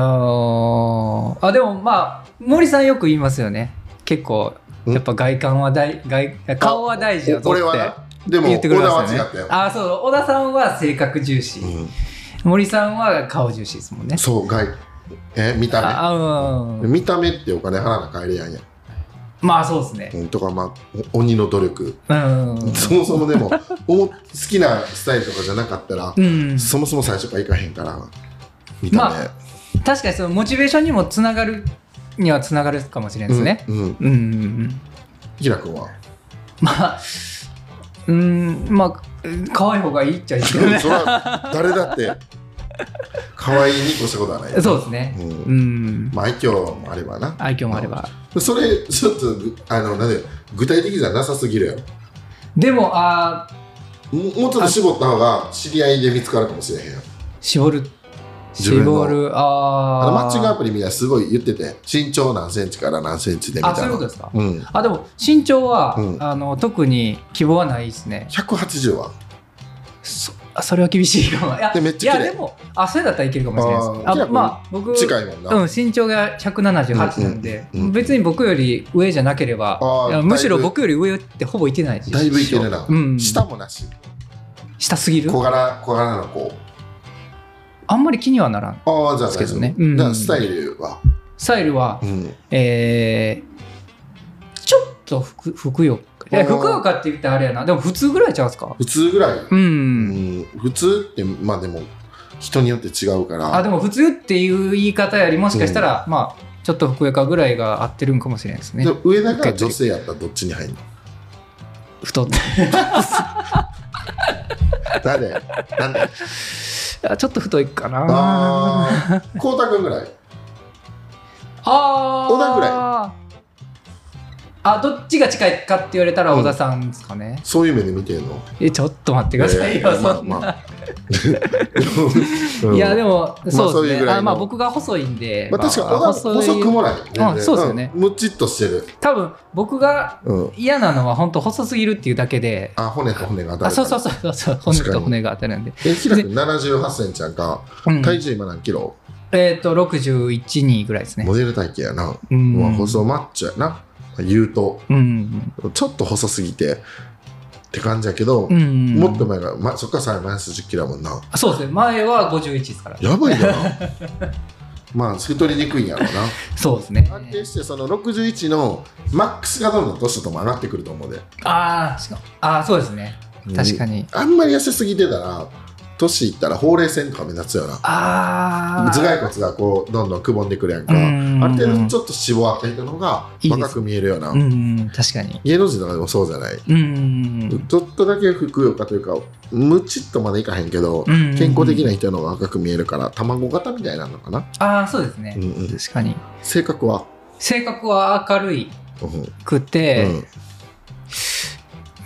Speaker 2: ーあでもまあ森さんよく言いますよね結構
Speaker 1: うん
Speaker 2: やっぱ外観は大外顔は大事だぞ
Speaker 1: これは
Speaker 2: って
Speaker 1: な。でも、
Speaker 2: 言っ
Speaker 1: 小
Speaker 2: て
Speaker 1: 田
Speaker 2: くれま
Speaker 1: は
Speaker 2: す
Speaker 1: 違
Speaker 2: よ
Speaker 1: った
Speaker 2: ね
Speaker 1: よ。
Speaker 2: あそう小田さんは性格重視、
Speaker 1: うん
Speaker 2: 森さんは顔重視ですもんね
Speaker 1: そう、外、え、見た
Speaker 2: あうん
Speaker 1: 目。見た目ってお金払わな帰れやんや。
Speaker 2: まあそうですね
Speaker 1: うんとか、まあ、お鬼の努力。
Speaker 2: うん
Speaker 1: そもそもでも、お好きなスタイルとかじゃなかったら
Speaker 2: う、ん
Speaker 1: そもそも最初から行かへんから、見た
Speaker 2: ま確かにそのモチベーションにもつながるにはつながるかもしれない
Speaker 1: 目。
Speaker 2: ですね。
Speaker 1: うん。うん
Speaker 2: うん、うんうん、
Speaker 1: ひらくん
Speaker 2: [laughs]
Speaker 1: は。
Speaker 2: まあうんまあ可愛い方がいいっちゃいいけ
Speaker 1: そ
Speaker 2: ど
Speaker 1: れ
Speaker 2: ね。
Speaker 1: は誰だって、可愛いに越したことはない。
Speaker 2: そうですね。
Speaker 1: う。
Speaker 2: うんん、
Speaker 1: まあ、愛嬌もあればな。
Speaker 2: 愛嬌もあれば。
Speaker 1: それ、ちょっと、ぐあの、なんで、具体的じゃなさすぎるやろ。
Speaker 2: でもあー
Speaker 1: ももうちょっと絞った方が、知り合いで見つかるかもしれへんやん。
Speaker 2: 絞る
Speaker 1: 自分の
Speaker 2: 絞るあ
Speaker 1: あ
Speaker 2: ー
Speaker 1: のマッチングアプリみたいなすごい言ってて身長何センチから何センチでみたい
Speaker 2: あ
Speaker 1: な
Speaker 2: そういうことですか。
Speaker 1: うん、
Speaker 2: あでも身長は、
Speaker 1: うん
Speaker 2: あの特に希望はないですね。
Speaker 1: 180は
Speaker 2: そあそれは厳しいかも。いや
Speaker 1: でめっ
Speaker 2: い
Speaker 1: ちゃ
Speaker 2: や
Speaker 1: 綺
Speaker 2: で
Speaker 1: 麗
Speaker 2: もあそれだったらいけるかもしれないです。
Speaker 1: あー
Speaker 2: あまあ僕
Speaker 1: 近いもんな、
Speaker 2: うん、身長が178なんで、
Speaker 1: うんうんうん
Speaker 2: 別に僕より上じゃなければ
Speaker 1: あー
Speaker 2: いやむしろ
Speaker 1: だいぶ
Speaker 2: 僕より上ってほぼいてないし
Speaker 1: だいぶいけるな、
Speaker 2: うん、
Speaker 1: 下もなし
Speaker 2: 下すぎる
Speaker 1: 小柄小柄な子
Speaker 2: あんまり気にはならん
Speaker 1: ああじゃあ
Speaker 2: です
Speaker 1: 大
Speaker 2: け
Speaker 1: 丈
Speaker 2: ど
Speaker 1: 夫、
Speaker 2: ねうん
Speaker 1: じゃあスタイルは
Speaker 2: スタイルは
Speaker 1: うん
Speaker 2: えーちょっとふくふくよかいや
Speaker 1: あー
Speaker 2: ふくよかって言ったらあれやなでも普通ぐらいちゃうんすか
Speaker 1: 普通ぐらい、
Speaker 2: うん、
Speaker 1: うん普通ってまあでも人によって違うから
Speaker 2: あでも普通っていう言い方よりもしかしたら、まあちょっとふくよかぐらいが合ってるんかもしれないですね
Speaker 1: でも上田が女性やったらどっちに入るの
Speaker 2: 太って
Speaker 1: 誰なんで
Speaker 2: [laughs] あちょっと太いかなあ
Speaker 1: ああ浩太君ぐらい
Speaker 2: あー
Speaker 1: 小田ぐらい
Speaker 2: あどっちが近いかって言われたら小田さんですかね、
Speaker 1: そういう目で見てんの
Speaker 2: えちょっと待ってくださいよ、
Speaker 1: えーまあ
Speaker 2: そんな、
Speaker 1: ま
Speaker 2: [laughs]
Speaker 1: うん
Speaker 2: いやでもそうですね、
Speaker 1: まあそういうぐらいの
Speaker 2: あまあ僕が細いんで、
Speaker 1: まあ、確かに小
Speaker 2: ま
Speaker 1: 田
Speaker 2: あ
Speaker 1: 細くもない全然
Speaker 2: あそうですよね
Speaker 1: んむちっとしてる、
Speaker 2: 多分僕が
Speaker 1: うん、
Speaker 2: 嫌なのは本当細すぎるっていうだけで
Speaker 1: あ骨と骨が当たる
Speaker 2: あそうそう
Speaker 1: う
Speaker 2: そうそうそう骨と骨が当たるんで、
Speaker 1: えひらくん78センチやんか
Speaker 2: うん
Speaker 1: 体重今何キロ、
Speaker 2: えっ、と61人ぐらいですね
Speaker 1: モデル体型やな、
Speaker 2: う
Speaker 1: うんわ細マッチョやな言うと
Speaker 2: うん
Speaker 1: ちょっと細すぎてって感じやけど、
Speaker 2: うん
Speaker 1: もっと前が、ま、そっからさらにマイナス1 0キロやもんな
Speaker 2: あそうですね前は51ですから
Speaker 1: やばいよ
Speaker 2: [laughs]
Speaker 1: なまあ太りにくいんやろう
Speaker 2: そうですね
Speaker 1: な安定してその61のマックスがどんどん年とも上がってくると思うで
Speaker 2: あーしかもあーそうですね確かに、
Speaker 1: あんまり痩せすぎてたら年いったらほうれい線とか目立つよな
Speaker 2: ああ
Speaker 1: 頭蓋骨がこうどんどんくぼんでくるやんか
Speaker 2: うん
Speaker 1: ある程度ちょっと脂肪あった人の方が
Speaker 2: いいです
Speaker 1: 若く見えるような
Speaker 2: うん確かに
Speaker 1: 芸能人とかでもそうじゃない
Speaker 2: うん
Speaker 1: ちょっとだけふくよかというかむちっとまでいかへんけど
Speaker 2: うん
Speaker 1: 健康的な人の方が若く見えるから卵型みたいなのかな、
Speaker 2: ああそうです
Speaker 1: う
Speaker 2: ね
Speaker 1: ん、うん
Speaker 2: 確かに
Speaker 1: 性格は、
Speaker 2: 性格は明るい
Speaker 1: うん
Speaker 2: くて、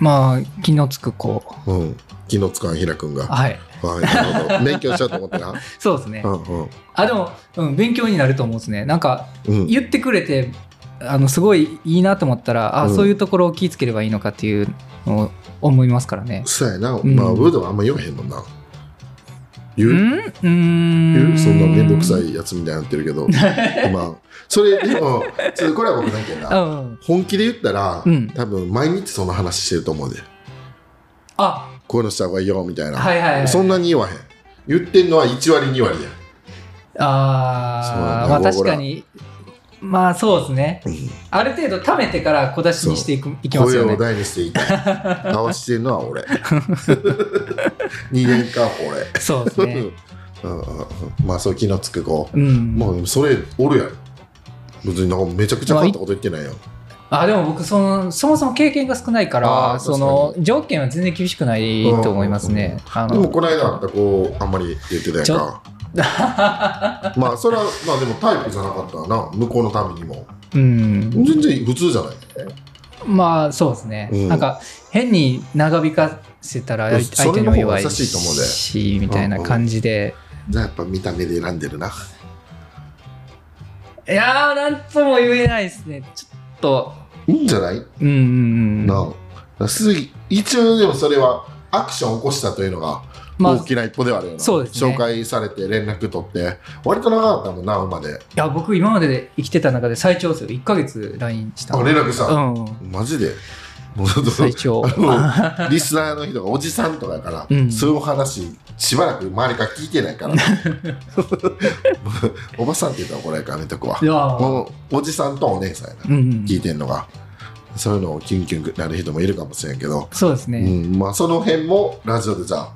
Speaker 2: まあ気のつく子
Speaker 1: うんうん、気の使うひらくんが
Speaker 2: はい
Speaker 1: はいなるほど勉強しようと思って
Speaker 2: [laughs]
Speaker 1: な、
Speaker 2: そうですね、
Speaker 1: うんうん
Speaker 2: あでも、うん、勉強になると思うんですねなんか
Speaker 1: うん、
Speaker 2: 言ってくれてあのすごいいいなと思ったらあ、
Speaker 1: うん
Speaker 2: そういうところを気ぃつければいいのかっていうのを思いますからね
Speaker 1: そうやな、
Speaker 2: ん
Speaker 1: まあブドウあんま言わへんもんな言う、
Speaker 2: うんうー
Speaker 1: 言
Speaker 2: ん
Speaker 1: うそんな面倒くさいやつみたいになってるけ
Speaker 2: [laughs]
Speaker 1: どまあそれでもそれこれは僕なんけど
Speaker 2: う
Speaker 1: なん本気で言ったら、
Speaker 2: うん
Speaker 1: 多分毎日その話してると思うで
Speaker 2: あ
Speaker 1: こういうのした方がいいよみたいな、
Speaker 2: はいはいはい
Speaker 1: そんなに言わへん言ってんのは1割2割でそう
Speaker 2: あ
Speaker 1: だね
Speaker 2: ーまあ
Speaker 1: ゴー
Speaker 2: 確
Speaker 1: ゴラ
Speaker 2: かにまあそうですね
Speaker 1: うん
Speaker 2: ある程度貯めてから小出しにしていくいきます
Speaker 1: 声
Speaker 2: よ
Speaker 1: を
Speaker 2: ね
Speaker 1: 大にしていいか
Speaker 2: [laughs]
Speaker 1: 合わせてるのは俺 [laughs] 2年間俺
Speaker 2: そうで
Speaker 1: [laughs]
Speaker 2: すね
Speaker 1: うんうんうんまあそう気のつく子、
Speaker 2: うん
Speaker 1: もうそれおるやん別になんかめちゃくちゃ変わったこと言ってないやん
Speaker 2: あでも僕そのそもそも経験が少ないか
Speaker 1: あ
Speaker 2: ら
Speaker 1: ー
Speaker 2: その条件は全然厳しくないと思いますね、あ
Speaker 1: で
Speaker 2: の
Speaker 1: もこの間あった子あんまり言ってたやん
Speaker 2: ち
Speaker 1: か
Speaker 2: [laughs]
Speaker 1: まあそれはまあでもタイプじゃなかったらな向こうのためにも
Speaker 2: うん
Speaker 1: 全然普通じゃない
Speaker 2: まあそうですね、
Speaker 1: うん
Speaker 2: なんか変に長引かせたら
Speaker 1: うん
Speaker 2: 相手にも弱い
Speaker 1: それの方が優しいと思うで
Speaker 2: しみたいな感じで、
Speaker 1: じゃあやっぱ見た目で選んでるない
Speaker 2: やーなんとも言えないですねちょっと
Speaker 1: いいんじゃない
Speaker 2: うんうんうん
Speaker 1: なあだからすぐ一応でもそれはアクションを起こしたというのが
Speaker 2: まあ
Speaker 1: 大きな一歩ではあるよな、
Speaker 2: そうですね
Speaker 1: 紹介されて連絡取って割と長かったもんな馬で
Speaker 2: いや僕今までで生きてた中で最長ですよ1ヶ月 LINE した
Speaker 1: あ連絡した、
Speaker 2: うん
Speaker 1: マジでもうちょっと
Speaker 2: 最長
Speaker 1: あのリスナーの人がおじさんとかやから、
Speaker 2: うん
Speaker 1: そういうお話しばらく周りから聞いてない
Speaker 2: [laughs]
Speaker 1: からおばさんって言ったら怒られるからやめとくわ
Speaker 2: い [laughs] やー
Speaker 1: もうおじさんとお姉さんやな、
Speaker 2: うんうん
Speaker 1: 聞いてんのがそういうのをキュンキュンなる人もいるかもしれんけど、
Speaker 2: そうですね、
Speaker 1: うんまあ、その辺もラジオでじゃあ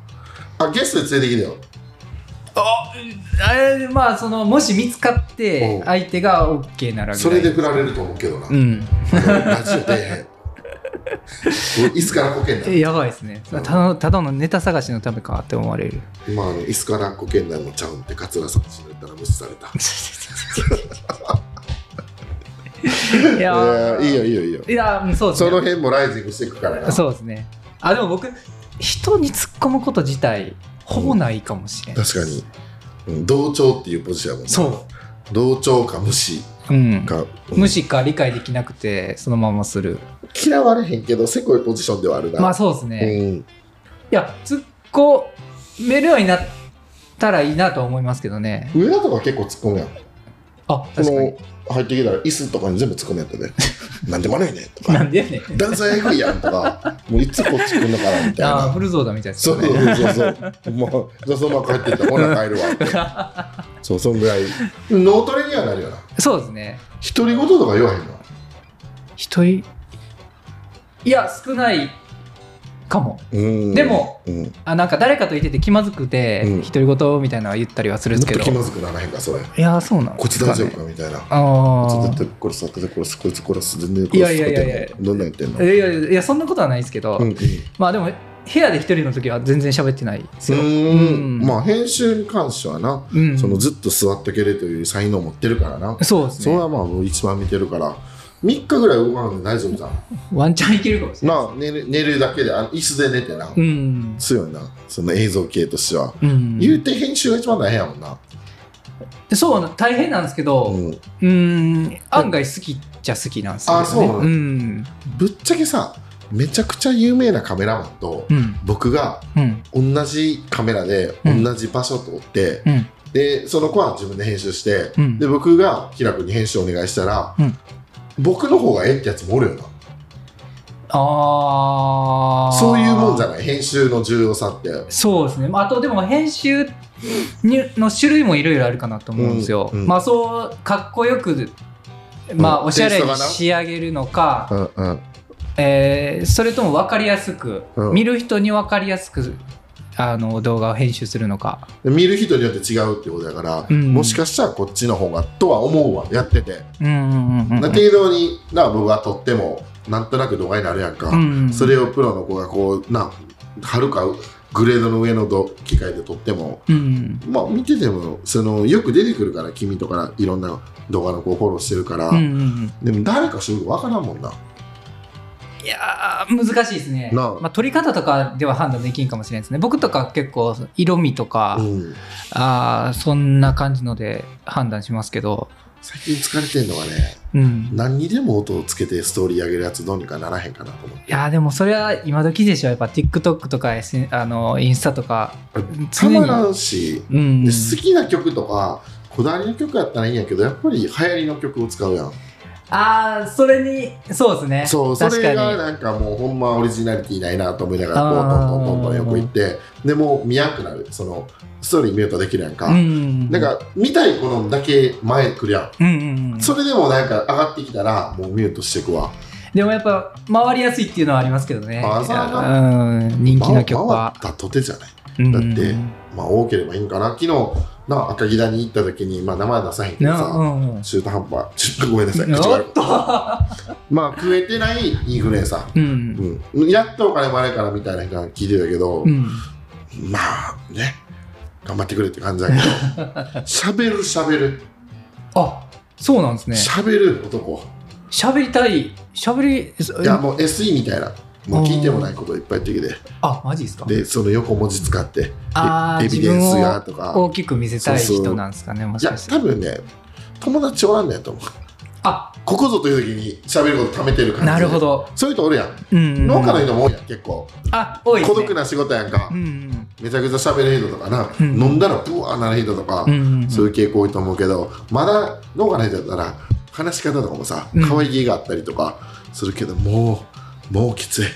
Speaker 1: あゲストで連れてきてよ
Speaker 2: あえーまあそのもし見つかって
Speaker 1: おう
Speaker 2: 相手が OK ならぐらい
Speaker 1: それで振られると思うけどな、
Speaker 2: うん
Speaker 1: ラジオで椅子からこけんな
Speaker 2: えやばいですね
Speaker 1: うん
Speaker 2: ただただのネタ探しのためかって思われる
Speaker 1: まあ、あの椅子からこけんなのちゃうんって桂さん死んったら無視された
Speaker 2: い
Speaker 1: え
Speaker 2: やー
Speaker 1: ーいいよいいよいいよ
Speaker 2: いやうんそうです
Speaker 1: そ
Speaker 2: ね
Speaker 1: の辺もライジングしていくからな
Speaker 2: そうですねあでも僕人に突っ込むこと自体ほぼないかもしれない、
Speaker 1: 確かに、うん同調っていうポジションやもんな
Speaker 2: そ
Speaker 1: 同調か無視
Speaker 2: う、うん、
Speaker 1: か、うん
Speaker 2: 無視か理解できなくてそのままする
Speaker 1: 嫌われへんけどせこいポジションではあるな、
Speaker 2: まあそうですね、い
Speaker 1: うん、
Speaker 2: や突っ込めるようになったらいいなとは思いますけどね
Speaker 1: 上田とか結構突っ込むやんこ
Speaker 2: あ確かに
Speaker 1: の入ってきたら椅子とかに全部突っ込むやったで
Speaker 2: [laughs]
Speaker 1: なんでもないねんと
Speaker 2: な
Speaker 1: か
Speaker 2: んでやねん。
Speaker 1: 段差えぐいやんと
Speaker 2: [laughs]
Speaker 1: かもういつこっち来んのかなみたい
Speaker 2: ああ、
Speaker 1: な
Speaker 2: フルゾーダみたいです
Speaker 1: そ
Speaker 2: よ
Speaker 1: うそう
Speaker 2: ね。
Speaker 1: そうそうもうじゃあそのまま帰ってったらほな帰るわっ
Speaker 2: [laughs]
Speaker 1: てそうそんぐらい脳トレにはなるよな
Speaker 2: そうですね。
Speaker 1: 独り言とか言わへんの
Speaker 2: 一人、いや、少ないかも。
Speaker 1: うん
Speaker 2: でも、
Speaker 1: うん、も
Speaker 2: あなんか誰かといてて気まずくて、
Speaker 1: うん
Speaker 2: 独り言みたいなのは言ったりはするん
Speaker 1: っ
Speaker 2: ですけ
Speaker 1: と
Speaker 2: ど。
Speaker 1: 気まずくならへんかそれ
Speaker 2: いや、そうなん
Speaker 1: こっ
Speaker 2: です
Speaker 1: ち
Speaker 2: かね
Speaker 1: 大丈夫かみたいな
Speaker 2: あ
Speaker 1: ちょっ
Speaker 2: あ
Speaker 1: とこれさこれ殺すこいつ殺す全然殺す
Speaker 2: いやいやいやいや
Speaker 1: どんなんやってんの
Speaker 2: いやいやいやそんなことはないですけど、
Speaker 1: うんうん
Speaker 2: まあでも部屋で一人の時は全然喋ってないですよ、
Speaker 1: うん
Speaker 2: うん
Speaker 1: まあ編集に関してはな、
Speaker 2: うん、
Speaker 1: そのずっと座っとけるという才能を持ってるからな、
Speaker 2: そうです
Speaker 1: それ
Speaker 2: ね
Speaker 1: はまあもう一番見てるから3日ぐらい動かなくて大丈夫じゃん
Speaker 2: ワンチャンいけるかもしれない
Speaker 1: まあ寝る寝るだけであの椅子で寝てな、
Speaker 2: うん、
Speaker 1: 強いなその映像系としては、
Speaker 2: うん、
Speaker 1: 言うて編集が一番大変やもんな、
Speaker 2: そうな大変なんですけど
Speaker 1: うん
Speaker 2: うん案外好きっちゃ好きなんですよ、ね、
Speaker 1: あそうなの
Speaker 2: うん
Speaker 1: ぶっちゃけさめちゃくちゃ有名なカメラマンと
Speaker 2: うん
Speaker 1: 僕が
Speaker 2: うん
Speaker 1: 同じカメラで
Speaker 2: うん
Speaker 1: 同じ場所撮って、
Speaker 2: うん
Speaker 1: でその子は自分で編集して、
Speaker 2: うん
Speaker 1: で僕が平君に編集お願いしたら、
Speaker 2: うん
Speaker 1: 僕の方がええってやつもおるよな
Speaker 2: ああ
Speaker 1: そういうもんじゃ
Speaker 2: い
Speaker 1: ない編集の重要さって
Speaker 2: そうですねまああとでも編集にの種類もいろいろあるかなと思うんですよ、
Speaker 1: うんうん
Speaker 2: まあそうかっこよくまあ
Speaker 1: うん
Speaker 2: おしゃれ
Speaker 1: テイ
Speaker 2: に
Speaker 1: ストがな
Speaker 2: 仕上げるのか、
Speaker 1: うんうん
Speaker 2: えーそれとも分かりやすく、
Speaker 1: うん
Speaker 2: 見る人に分かりやすくあの動画を編集するのか
Speaker 1: で見る人によって違うってことだから、
Speaker 2: うん
Speaker 1: もしかしたらこっちの方がとは思うわやってて、
Speaker 2: うんうんうんう
Speaker 1: なん程度にな僕が撮ってもなんとなく動画になるやんか、
Speaker 2: うん
Speaker 1: それをプロの子がこうなはるかグレードの上のど機械で撮っても
Speaker 2: うん
Speaker 1: まあ見ててもそのよく出てくるから君とかいろんな動画の子をフォローしてるから、
Speaker 2: うんうんうん
Speaker 1: でも誰か正直わからんもんな。
Speaker 2: いやー難しいですね、
Speaker 1: なあ
Speaker 2: まあ、撮り方とかでは判断できんかもしれないですね僕とか結構色味とか、
Speaker 1: うん、
Speaker 2: あーそんな感じので判断しますけど、
Speaker 1: 最近疲れてんのはね
Speaker 2: うん、
Speaker 1: 何にでも音をつけてストーリー上げるやつどうにかならへんかなと思って
Speaker 2: いやーでもそれは今時でしょやっぱ TikTok とか、SN、あのインスタとか
Speaker 1: た
Speaker 2: 常
Speaker 1: ま
Speaker 2: に、
Speaker 1: らんし、
Speaker 2: うん、
Speaker 1: で好きな曲とかこだわりの曲やったらいいんやけどやっぱり流行りの曲を使うやん
Speaker 2: ああそれにそうですね
Speaker 1: そうそ
Speaker 2: 確
Speaker 1: れ
Speaker 2: か
Speaker 1: が
Speaker 2: に
Speaker 1: なんかもうほんまオリジナリティないなと思いながらこう
Speaker 2: あー
Speaker 1: トントントントン横行ってでもう見やんくなるそのストーリーミュートできるやんか、
Speaker 2: うん
Speaker 1: なんか見たい好みだけ前来るやん
Speaker 2: うんうんうん
Speaker 1: それでもなんか上がってきたらもうミュートしていくわ
Speaker 2: でもやっぱ回りやすいっていうのはありますけどね
Speaker 1: あそうな
Speaker 2: うん人気の曲は
Speaker 1: 回回ったとてじゃない
Speaker 2: だ
Speaker 1: だってまあ多ければいいんかな昨日な赤木田に行った時にまあ名前は出さへんけど
Speaker 2: な
Speaker 1: さ、
Speaker 2: うんうん
Speaker 1: 中途半端ちょっとごめんなさい口
Speaker 2: お
Speaker 1: 悪い
Speaker 2: っと
Speaker 1: まあ食えてないインフルエンサ
Speaker 2: うん
Speaker 1: ー、うん、やっとお金もあれからみたいな人が聞いてたけど、
Speaker 2: うん
Speaker 1: まあね頑張ってくれって感じだけど
Speaker 2: [laughs]
Speaker 1: 喋る喋る
Speaker 2: あそうなんですね
Speaker 1: 喋る男
Speaker 2: 喋りたい喋り
Speaker 1: いやもう SE みたいなもう聞いてもないこといっぱい言ってき
Speaker 2: あマジですか
Speaker 1: てでその横文字使ってエ
Speaker 2: あー
Speaker 1: エビデンスがとか
Speaker 2: 大きく見せたい
Speaker 1: そうそう
Speaker 2: 人なんですかねも
Speaker 1: い
Speaker 2: し
Speaker 1: や
Speaker 2: かして
Speaker 1: 多分ね友達おらんねんと思う
Speaker 2: あ
Speaker 1: ここぞという時に喋ること貯めてる感じ
Speaker 2: なるほど
Speaker 1: そういう人おるやん
Speaker 2: うんうんうん
Speaker 1: 農家の人も多いやん結構
Speaker 2: あ多いです
Speaker 1: 孤
Speaker 2: ね
Speaker 1: 独な仕事やんか、
Speaker 2: うんうん
Speaker 1: めちゃくちゃ喋る人とかな、
Speaker 2: うん
Speaker 1: 飲んだらブワーなる人とか、
Speaker 2: うんうん
Speaker 1: そういう傾向多いと思うけどまだ農家の人だったら話し方とかもさ
Speaker 2: うん
Speaker 1: 可愛げがあったりとかするけど、もうもうきついダ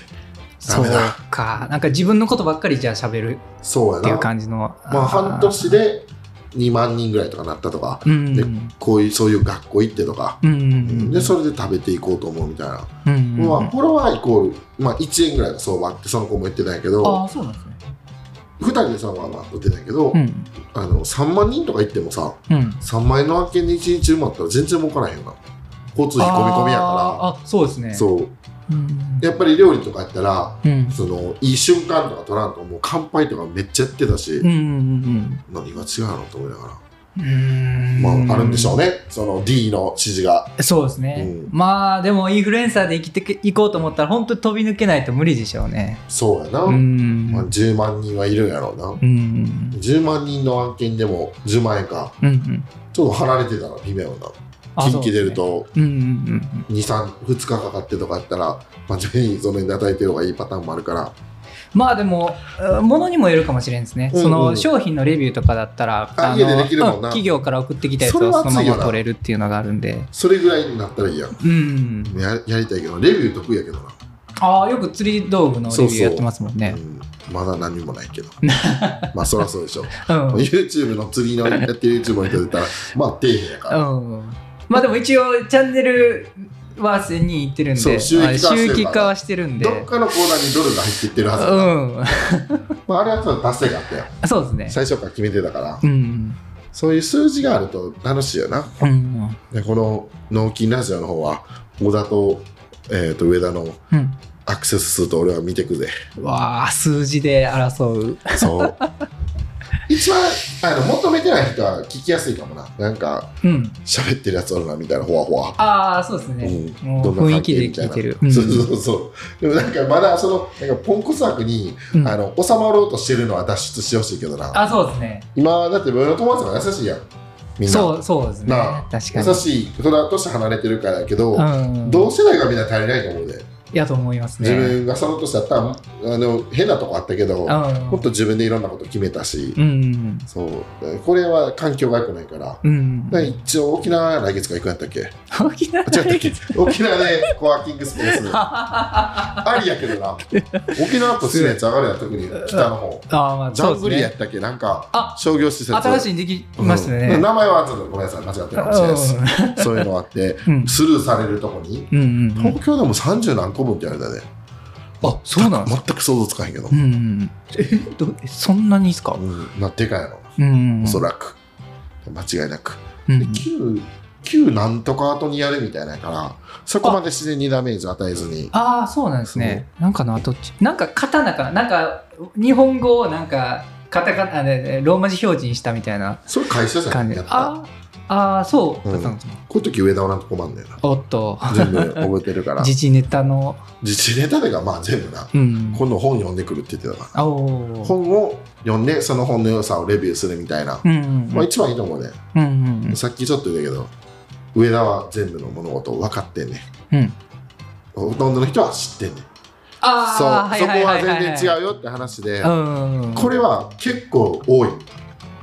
Speaker 2: そう
Speaker 1: メだ
Speaker 2: かなんか自分のことばっかりじゃあ喋る
Speaker 1: そう
Speaker 2: ってい
Speaker 1: や
Speaker 2: う
Speaker 1: な
Speaker 2: 感じの
Speaker 1: まあ半年で2万人ぐらいとかなったとか、
Speaker 2: うん
Speaker 1: でこういうそういう学校行ってとか、
Speaker 2: うんうん
Speaker 1: でそれで食べていこうと思うみたいな、
Speaker 2: うんうんうん
Speaker 1: まあフォロワーイコール、まあ、1円ぐらいの相場ってその子も言ってたんやけど
Speaker 2: ああそうなんですね
Speaker 1: 2人で3万は売ってたんやけど、
Speaker 2: うん
Speaker 1: あの3万人とか行ってもさ
Speaker 2: うん
Speaker 1: 3万円の案件で1日埋まったら全然儲からへんよな交通費込み込みやから
Speaker 2: あーあそうですね
Speaker 1: そう
Speaker 2: うん
Speaker 1: やっぱり料理とかやったら
Speaker 2: うん
Speaker 1: そのいい瞬間とか取らんともう乾杯とかめっちゃやってたし、
Speaker 2: うんうん
Speaker 1: 何が違うのと思いなが
Speaker 2: うんうん
Speaker 1: ら、まあ、あるんでしょうねその D の指示が
Speaker 2: そうですね、
Speaker 1: うん
Speaker 2: まあでもインフルエンサーで生きていこうと思ったら本当に飛び抜けないと無理でしょうね
Speaker 1: そうやな、
Speaker 2: うん、
Speaker 1: まあ、10万人はいるんやろうな、
Speaker 2: うん
Speaker 1: 10万人の案件でも10万円か
Speaker 2: うんうん
Speaker 1: ちょっと離れてたら微妙な
Speaker 2: あ
Speaker 1: 近畿出る
Speaker 2: そ
Speaker 1: と
Speaker 2: うですねうんうん
Speaker 1: 232日かかってとかやったら真面目にその辺で与えてる方がいいパターンもあるから
Speaker 2: まあでもうん物にもよるかもしれんですね、
Speaker 1: うんうん
Speaker 2: その商品のレビューとかだったら
Speaker 1: あ
Speaker 2: の
Speaker 1: 家でできるもんな
Speaker 2: うん企業から送ってきたやつを
Speaker 1: それは
Speaker 2: その
Speaker 1: 熱
Speaker 2: ま
Speaker 1: いよな
Speaker 2: ま取れるっていうのがあるんで
Speaker 1: それぐらいになったらいいやん
Speaker 2: うん
Speaker 1: ややりたいけどレビュー得意やけどな、
Speaker 2: ああよく釣り道具のレビューやってますもんね
Speaker 1: うん、まだ何もない
Speaker 2: [laughs]
Speaker 1: けどまあそりゃそうでしょ
Speaker 2: うん
Speaker 1: YouTube の釣りのやってる YouTuber にとった
Speaker 2: [laughs]
Speaker 1: らまあ底辺やから、
Speaker 2: うんまあでも一応チャンネルは1000人いってるんで
Speaker 1: そう収益化はしてるから
Speaker 2: 収益化はしてるんで
Speaker 1: どっかのコーナーにドルが入っていってるはず、
Speaker 2: うん
Speaker 1: まあ、あれはちょっと達成感あったよ
Speaker 2: そうですね
Speaker 1: 最初から決めてたから
Speaker 2: うん
Speaker 1: そういう数字があると楽しいよな
Speaker 2: うん
Speaker 1: でこの「脳筋ラジオ」の方は小田と,、えー、と上田の
Speaker 2: うん
Speaker 1: アクセス数と俺は見てくぜ
Speaker 2: わあ数字で争う
Speaker 1: そう一番あの求めてない人は聞きやすいかもななんか
Speaker 2: うん
Speaker 1: 喋ってるやつおるなみたいなほわほわ
Speaker 2: ああそうですね、
Speaker 1: うん
Speaker 2: もう
Speaker 1: どんな
Speaker 2: 雰
Speaker 1: 関
Speaker 2: 囲気
Speaker 1: 係
Speaker 2: で
Speaker 1: みた
Speaker 2: 聞
Speaker 1: い
Speaker 2: い
Speaker 1: な
Speaker 2: てる、うん
Speaker 1: そうそうそうでもなんかまだそのなんかポンコツ枠に、
Speaker 2: うん
Speaker 1: あの収まろうとしてるのは脱出してほしいけどな
Speaker 2: あそうですね
Speaker 1: 今だって俺の友達が優しいやんみんな
Speaker 2: そうそうですね
Speaker 1: なあ
Speaker 2: 確かに
Speaker 1: 優しいそれは年離れてるからやけど、
Speaker 2: うん、
Speaker 1: 同世代がみんな足りないと思うで、
Speaker 2: やと思いますね
Speaker 1: 自分がその年だったらあの変なとこあったけど、もっと自分でいろんなこと決めたし、
Speaker 2: うん
Speaker 1: そうこれは環境が良くないから。
Speaker 2: うん、うん
Speaker 1: だから一応沖縄来月から行くんやったっけ
Speaker 2: 沖縄
Speaker 1: 違ったっ
Speaker 2: [laughs]
Speaker 1: け沖縄でコワーキングスペースありやけどな沖縄としてのやつ上がるやん特に北の方
Speaker 2: ああまあ
Speaker 1: ジャン
Speaker 2: そう
Speaker 1: グ
Speaker 2: で
Speaker 1: リ
Speaker 2: す
Speaker 1: や
Speaker 2: ね
Speaker 1: ったっけなんか
Speaker 2: あ
Speaker 1: 商業施設
Speaker 2: 新しいにできましたね、
Speaker 1: うん名前はちょっとごめんなさい間違ってるかもしれないですそういうのあって
Speaker 2: うんうん
Speaker 1: スルーされるとこに
Speaker 2: うんうんうん
Speaker 1: 東京でも30何個分ってあれだね
Speaker 2: あそうなんです
Speaker 1: 全く想像つかへんけど
Speaker 2: う、んうんえどえそんなにですか
Speaker 1: うん、なってかやろ
Speaker 2: うん
Speaker 1: おそらく間違いなく
Speaker 2: うん
Speaker 1: で旧旧なんとか後にやるみたいなからそこまで自然にダメージ与えずに
Speaker 2: ああそうなんですねなんかの跡地なんか刀かななんか日本語をなんかカタカナでローマ字表示にしたみたいな
Speaker 1: それ会社じゃ
Speaker 2: 感
Speaker 1: ん
Speaker 2: じ
Speaker 1: やった
Speaker 2: あーあーそうだったんですね
Speaker 1: この時上田はなんと困んねんな
Speaker 2: おっと
Speaker 1: 全部覚えてるか
Speaker 2: [laughs]
Speaker 1: ら
Speaker 2: 時事ネタの
Speaker 1: 自治ネタでがまあ全部な
Speaker 2: うん
Speaker 1: 今度本読んでくるって言ってたか
Speaker 2: あお
Speaker 1: ら
Speaker 2: ー
Speaker 1: 本を読んでその本の良さをレビューするみたいな、
Speaker 2: うんうん
Speaker 1: まあ一番いいと思うね、
Speaker 2: うんうん
Speaker 1: さっきちょっと言ったけど上田は全部の物事を分かってんねん
Speaker 2: うん
Speaker 1: ほとんどの人は知ってんねんそう、
Speaker 2: ああ
Speaker 1: そこは全然
Speaker 2: う
Speaker 1: 違うよって話で、
Speaker 2: うん
Speaker 1: これは結構多い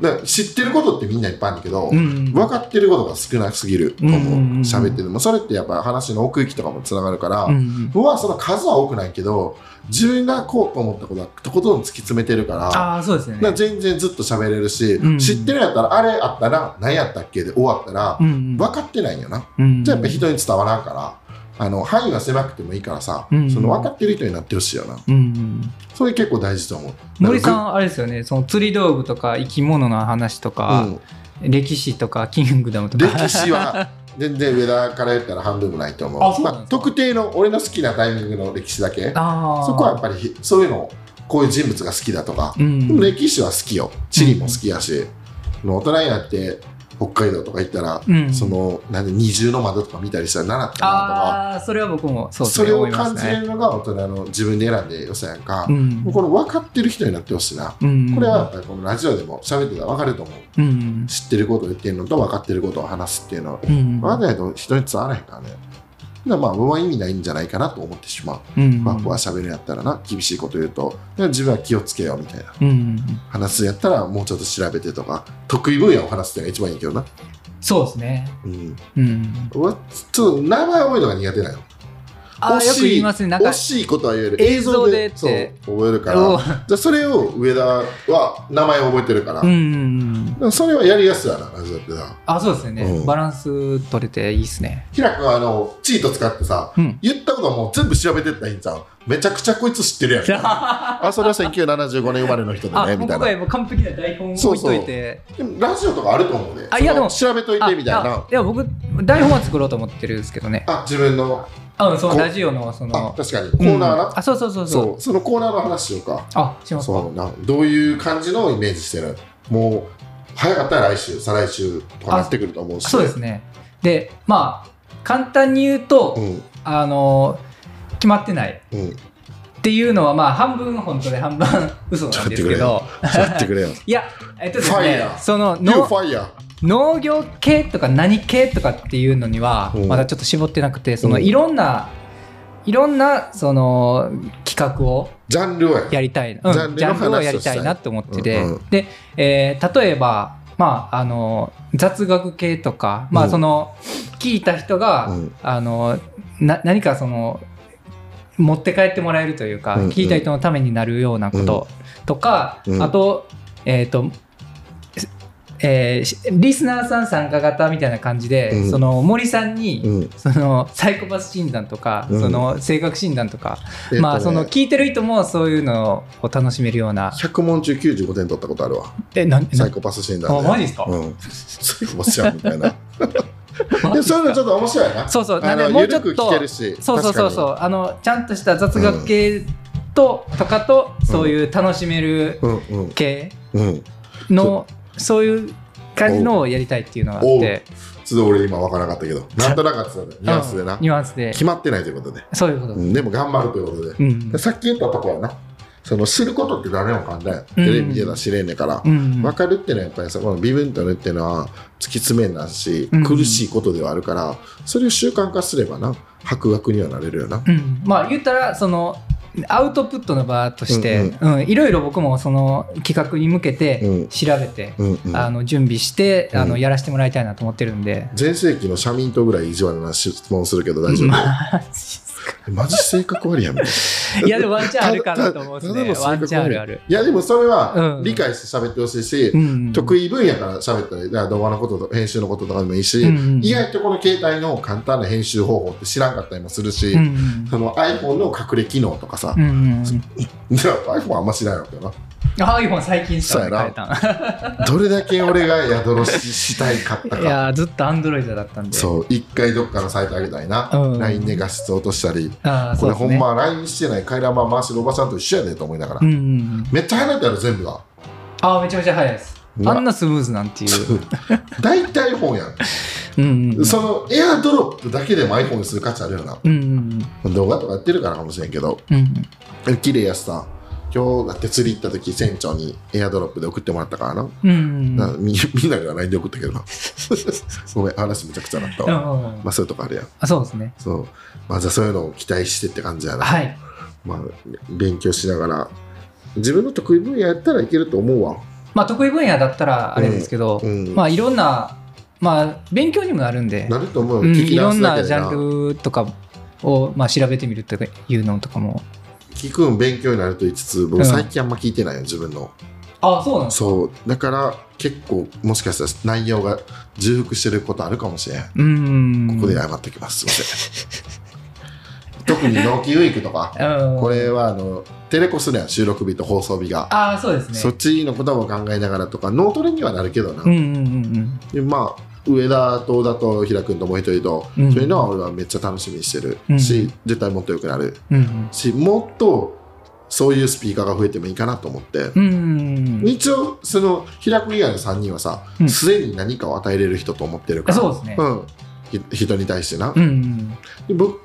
Speaker 1: だから知ってることってみんないっぱいあるけど、
Speaker 2: うん
Speaker 1: 分かってることが少なすぎると思う
Speaker 2: うんうんうん
Speaker 1: 喋ってるのもそれってやっぱ話の奥行きとかもつながるから、
Speaker 2: うんうん
Speaker 1: 僕はその数は多くないけど自分がこうと思ったことはとことん突き詰めてるから
Speaker 2: ああそうですよ
Speaker 1: だから
Speaker 2: ね
Speaker 1: 全然ずっと喋れるし、
Speaker 2: うん
Speaker 1: 知ってるやったらあれあったら何やったっけで終わったら
Speaker 2: う、ん
Speaker 1: 分かってないんよな、
Speaker 2: うん
Speaker 1: じゃあやっぱ人に伝わらんからあの範囲が狭くてもいいからさ、
Speaker 2: うん
Speaker 1: その分かってる人になってほしいよな
Speaker 2: うんうん
Speaker 1: それ結構大事と思う
Speaker 2: 森さ
Speaker 1: ん
Speaker 2: んあれですよねその釣り道具とか生き物の話とか、歴史とかキングダムとか
Speaker 1: 歴史は [laughs] 全然上田から言ったら半分もないと思う
Speaker 2: あそうなん
Speaker 1: ま
Speaker 2: で
Speaker 1: あ、
Speaker 2: すか
Speaker 1: 特定の俺の好きなタイミングの歴史だけ
Speaker 2: [laughs] あー
Speaker 1: そこはやっぱりひそういうのこういう人物が好きだとか
Speaker 2: う、
Speaker 1: でも
Speaker 2: ん、
Speaker 1: 歴史は好きよ地理も好きやし、もう大人になって北海道とか行ったら、
Speaker 2: うん
Speaker 1: そのなんで二重の窓とか見たりしたら習ったなとか
Speaker 2: ああそれは僕もそう
Speaker 1: そ,、
Speaker 2: ですね
Speaker 1: れを
Speaker 2: 思います
Speaker 1: 感じれ
Speaker 2: ね
Speaker 1: るのが大人の自分で選んでよさやんか、
Speaker 2: うん
Speaker 1: もうこの分かってる人になってほしいな、
Speaker 2: うん
Speaker 1: これはやっぱりこのラジオでも喋ってたら分かると思う
Speaker 2: うん
Speaker 1: 知ってることを言ってるのと分かってることを話すっていうのは
Speaker 2: うん
Speaker 1: 分かんないと人に伝わらへんからね。だからまあ、僕は意味ないんじゃないかなと思ってしまう。
Speaker 2: うん
Speaker 1: バッフは喋るんやったらな、厳しいこと言うと、で自分は気をつけようみたいな。
Speaker 2: うん
Speaker 1: 話すんやったら、もうちょっと調べてとか、得意分野を話すっていうのが一番いいけどな。
Speaker 2: そうですね
Speaker 1: うん。
Speaker 2: うん
Speaker 1: 俺はちょっと名前多いのが苦手なの。
Speaker 2: ああよく言いますねなんか
Speaker 1: 惜しいことは言える。
Speaker 2: 映像で
Speaker 1: そう、
Speaker 2: って
Speaker 1: 覚えるから。
Speaker 2: お
Speaker 1: じゃあそれを上田は名前を覚えてるから。
Speaker 2: うん
Speaker 1: だ
Speaker 2: うん
Speaker 1: からそれはやりやすいわな、ラジオってな。
Speaker 2: あそうですよね、
Speaker 1: うん
Speaker 2: バランス取れていいですね
Speaker 1: ひらくんはあの、チート使ってさ、
Speaker 2: うん
Speaker 1: 言ったことはもう全部調べてったらいいんじゃん。めちゃくちゃこいつ知ってるやん。
Speaker 2: [laughs]
Speaker 1: あ、それは1975年生まれの人
Speaker 2: あ
Speaker 1: でね、みた
Speaker 2: 今
Speaker 1: いな。
Speaker 2: 回もう完璧な台本置いといて
Speaker 1: でもラジオとかあると思うね。
Speaker 2: あいや
Speaker 1: その
Speaker 2: でも
Speaker 1: 調べとい
Speaker 2: あ
Speaker 1: てみたい
Speaker 2: あ
Speaker 1: な。
Speaker 2: いや僕台本は作ろうと思ってるんですけどね
Speaker 1: あ、自分の。
Speaker 2: あその
Speaker 1: こ
Speaker 2: ラジオのそ
Speaker 1: あ
Speaker 2: の、
Speaker 1: 確かに。コーナー
Speaker 2: う
Speaker 1: な。
Speaker 2: んあそうそうそうそう
Speaker 1: そう。そのコーナーの話しようか。
Speaker 2: あしますか
Speaker 1: そうな。どういう感じのイメージしてるもう、早かったら来週、再来週とかなってくると思うし。
Speaker 2: そうです
Speaker 1: ね。
Speaker 2: ねでまあ簡単に言うと、
Speaker 1: うん。
Speaker 2: あの決まってない
Speaker 1: うん。
Speaker 2: っていうのはまあ半分本当で半分 [laughs] 嘘なんですけ
Speaker 1: ちょ
Speaker 2: ど
Speaker 1: やってく
Speaker 2: [laughs]
Speaker 1: れよ。
Speaker 2: いやえっとです
Speaker 1: ファイ
Speaker 2: ね
Speaker 1: ヤー
Speaker 2: その
Speaker 1: You
Speaker 2: の
Speaker 1: fire!
Speaker 2: 農業系とか何系とかっていうのには
Speaker 1: うん
Speaker 2: まだちょっと絞ってなくてそうの
Speaker 1: ん
Speaker 2: いろんな、いろんなその企画を
Speaker 1: ジャンルは
Speaker 2: やりたい、うん、
Speaker 1: ジ
Speaker 2: ジ
Speaker 1: ャ
Speaker 2: ャ
Speaker 1: ンルの話をしたい
Speaker 2: ンルをやりたいなって思ってて、
Speaker 1: うんうん
Speaker 2: で、えー例えば、まあ、あの雑学系とか、ま
Speaker 1: う
Speaker 2: あ、
Speaker 1: ん
Speaker 2: その聞いた人が、
Speaker 1: うん
Speaker 2: あのな何かその持って帰ってもらえるというか、
Speaker 1: うんうん
Speaker 2: 聞いた人のためになるようなこととか、
Speaker 1: うん
Speaker 2: あと,、えーとえーしリスナーさん参加型みたいな感じで、
Speaker 1: うん
Speaker 2: その森さんに、
Speaker 1: うん
Speaker 2: そのサイコパス診断とか、
Speaker 1: うん
Speaker 2: その性格診断とか、
Speaker 1: えっとね
Speaker 2: まあその聞いてる人もそういうのを楽しめるような
Speaker 1: 100問中95点取ったことあるわ
Speaker 2: えなん
Speaker 1: サ
Speaker 2: な
Speaker 1: イコパス診断で
Speaker 2: あマジですか
Speaker 1: うん、サイコパスじゃんみたいな
Speaker 2: [laughs] マ
Speaker 1: い
Speaker 2: ジ
Speaker 1: や
Speaker 2: っす
Speaker 1: そういうの
Speaker 2: か
Speaker 1: ちょっと面白いな
Speaker 2: そうそう
Speaker 1: あ
Speaker 2: なん
Speaker 1: の
Speaker 2: でもうちょっと
Speaker 1: 緩く聞けるし
Speaker 2: そうそうそうそうあのちゃんとした雑学系と、とかとそういう楽しめる
Speaker 1: 確かにうん
Speaker 2: 系
Speaker 1: うんうん
Speaker 2: の、そういう感じのをやりたいっていうのがあって
Speaker 1: ちょっと俺今分からなかったけどなんとなかったねニュアンスでな
Speaker 2: うんニュアンスで
Speaker 1: 決まってないということで、
Speaker 2: そういうこと
Speaker 1: うんでも頑張るということで
Speaker 2: うん
Speaker 1: でさっき言ったとこやなその知ることって誰も簡単や、
Speaker 2: うん
Speaker 1: テレビでは知れんねんから、
Speaker 2: うん
Speaker 1: 分かるっていうのはやっぱりそこの微分とるっていうのは突き詰めんなんし、
Speaker 2: うん
Speaker 1: 苦しいことではあるからそれを習慣化すればな博学にはなれるよな、
Speaker 2: うん、まあ言ったらそのアウトプットの場としてうんいろいろ僕もその企画に向け
Speaker 1: う
Speaker 2: て
Speaker 1: ん
Speaker 2: 調べて、
Speaker 1: うんうん
Speaker 2: あの準備して、あ
Speaker 1: う
Speaker 2: の
Speaker 1: ん
Speaker 2: やらせてもらいたいなと思ってるんで、
Speaker 1: 全盛期の社民党ぐらい意地悪な質問するけど大丈夫、
Speaker 2: マジっすか
Speaker 1: マジ性格悪いやんみたい
Speaker 2: いやでもワンチャンあるかなと思うんです
Speaker 1: ただ
Speaker 2: ね
Speaker 1: の性格
Speaker 2: ワンチャンあるある、
Speaker 1: いやでもそれは
Speaker 2: うん
Speaker 1: 理解して喋ってほしいし、
Speaker 2: うん、
Speaker 1: 得意分野から喋ったりだから動画のことと編集のこととかでもいいし、
Speaker 2: うんうん
Speaker 1: 意外とこの携帯の簡単な編集方法って知らんかったりもするし、
Speaker 2: うん
Speaker 1: その iPhone の隠れ機能とかさ
Speaker 2: う、んうんうん、
Speaker 1: じゃあ iPhone あんま知らんのけど
Speaker 2: あ iPhone 最近した
Speaker 1: そう
Speaker 2: の
Speaker 1: やな
Speaker 2: 変えたん
Speaker 1: などれだけ俺が宿ろししたいかった
Speaker 2: い
Speaker 1: か
Speaker 2: やずっと Android だったんで
Speaker 1: そう一回どっかのサイトあげたいな、
Speaker 2: うん
Speaker 1: LINE で画質落としたり
Speaker 2: あー
Speaker 1: こ
Speaker 2: そう
Speaker 1: れ
Speaker 2: です
Speaker 1: ほ
Speaker 2: ね
Speaker 1: んま LINE してない回覧板回してるおばさんと一緒やでと思いながら、
Speaker 2: うんうんうん、
Speaker 1: めっちゃ早いやろ全部が
Speaker 2: あーめちゃめちゃ早いです
Speaker 1: うわ
Speaker 2: あんなスムーズなんていう、
Speaker 1: [laughs] 大体 iPhone やん、
Speaker 2: うんうん
Speaker 1: そのエアドロップだけでも iPhone にする価値あるよな
Speaker 2: うんうん
Speaker 1: 動画とかやってるからかもしれんけど
Speaker 2: うんうん
Speaker 1: 綺麗やしさ今日だって釣り行った時船長にエアドロップで送ってもらったからな、
Speaker 2: うんうんうん
Speaker 1: なみ [laughs] みんなが LINE で送ったけどな [laughs] ごめん話めちゃくちゃなったわ、
Speaker 2: うん
Speaker 1: まあそういうとこあるやん
Speaker 2: あそうですね
Speaker 1: そうまあじゃあそういうのを期待してって感じやな、
Speaker 2: はい
Speaker 1: まあ勉強しながら自分の得意分野やったらいけると思うわ
Speaker 2: まあ得意分野だったらあれですけど、
Speaker 1: うん
Speaker 2: まあいろんなまあ勉強にもなるんで
Speaker 1: なると思うよ、
Speaker 2: うん、
Speaker 1: 聞き
Speaker 2: い
Speaker 1: 出
Speaker 2: ろ
Speaker 1: す
Speaker 2: ん
Speaker 1: だけ
Speaker 2: な
Speaker 1: で
Speaker 2: ジャンルとかを、まあ、調べてみるとかいうのとかも
Speaker 1: 聞くん勉強になると言いつつ
Speaker 2: う
Speaker 1: 僕
Speaker 2: ん
Speaker 1: 最近あんま聞いてないよ自分の、
Speaker 2: あそうなんですか
Speaker 1: そうだから結構もしかしたら内容が重複してることあるかもしれん
Speaker 2: うーん
Speaker 1: ここで謝っておきます。すみません。特に納期ウィークとか、
Speaker 2: うん
Speaker 1: これはあのテレコするやん、収録日と放送日が。
Speaker 2: ああそうですね
Speaker 1: そっちのことも考えながらとか、脳トレにはなるけどな。
Speaker 2: うんうんうん
Speaker 1: でまあ、上田と小田と平君ともう一人と、
Speaker 2: うん
Speaker 1: そういうのは俺はめっちゃ楽しみにしてる、
Speaker 2: うん
Speaker 1: し、絶対もっと良くなる
Speaker 2: うんうん
Speaker 1: し、もっとそういうスピーカーが増えてもいいかなと思って。
Speaker 2: うんうんうん
Speaker 1: 一応、その平君以外の3人はさ
Speaker 2: う、ん
Speaker 1: すで、に何かを与えれる人と思ってるから、
Speaker 2: そうですね
Speaker 1: うんひ人に対してな。
Speaker 2: うんうん
Speaker 1: で僕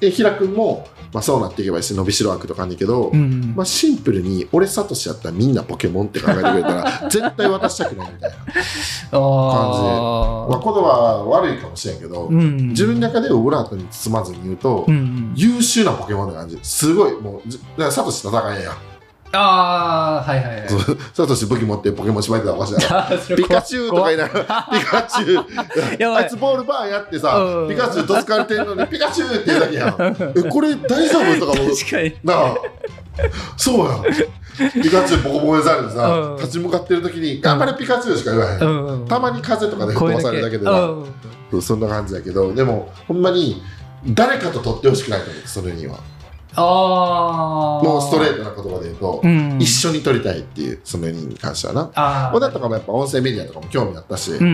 Speaker 1: え平君も、まあ、そうなっていけばいいし伸びしろ枠とかあんねんけど、
Speaker 2: うんうん
Speaker 1: まあ、シンプルに俺サトシやったらみんなポケモンって考えてくれた
Speaker 2: [laughs]
Speaker 1: ら絶対渡したくないみたいな、
Speaker 2: あ
Speaker 1: まあ、言葉は悪いかもしれんけど、
Speaker 2: ーうん
Speaker 1: 自分の中でオブラートに包まずに言うと、
Speaker 2: うんうん
Speaker 1: 優秀なポケモンって感じすごいもうじだからサトシ戦えんやん
Speaker 2: あーはいはいはい
Speaker 1: そうサトシ武器持ってポケモン縛ってたらおかしいやろ
Speaker 2: あーそれ
Speaker 1: ピ
Speaker 2: [laughs] 怖
Speaker 1: カ
Speaker 2: い
Speaker 1: チュウとかいながら、ピカチュ
Speaker 2: や
Speaker 1: ウ、
Speaker 2: ば
Speaker 1: あ
Speaker 2: い
Speaker 1: いつボールバーンやってさ
Speaker 2: う、ん
Speaker 1: ピカチュウどつかれてんのに、ピカチュウって言うだけやん。え、これ大丈夫とかも
Speaker 2: 確かに
Speaker 1: なあそうやんピカチュウボコボコにされてさ、
Speaker 2: うん
Speaker 1: 立ち向かってる時に「頑張れピカチュウ」しか言わへん、
Speaker 2: うんうん
Speaker 1: たまに風とかで吹っ飛ばされるだけで
Speaker 2: う
Speaker 1: なんそうそんな感じだけどでもほんまに誰かと取ってほしくないと思うそれには
Speaker 2: ああ
Speaker 1: もうストレートな言葉で言うと、
Speaker 2: うん
Speaker 1: 一緒に取りたいっていうそのに関してはな
Speaker 2: あ
Speaker 1: 小田とかもやっぱ音声メディアとかも興味あったし、
Speaker 2: うんうんうん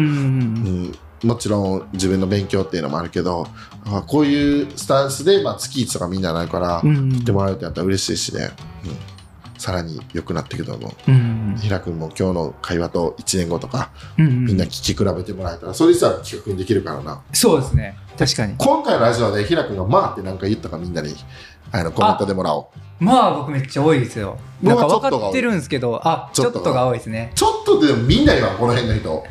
Speaker 1: うんもちろん自分の勉強っていうのもあるけどあこういうスタンスで、まあ、月1とかみんなないから、
Speaker 2: うんうん
Speaker 1: 言ってもらえるとやったら嬉しいしね、うん、さらに良くなっていくと思う
Speaker 2: うん
Speaker 1: 平君も今日の会話と1年後とか
Speaker 2: うんうん
Speaker 1: みんな聞き比べてもらえたら、それ実は企画にできるからな
Speaker 2: そうですね確かに
Speaker 1: 今回のラジオで平君が「まあ」って何か言ったかみんなにあのコメントでもらおう
Speaker 2: まあ僕めっちゃ多いですよな
Speaker 1: 僕
Speaker 2: ん
Speaker 1: は
Speaker 2: か
Speaker 1: ちょっとが多い
Speaker 2: 分かってるんですけどあ
Speaker 1: ち
Speaker 2: ち
Speaker 1: ょ
Speaker 2: ょ
Speaker 1: っ
Speaker 2: っ
Speaker 1: とが
Speaker 2: とが多いですね
Speaker 1: ちょっとでもみんな今この辺の人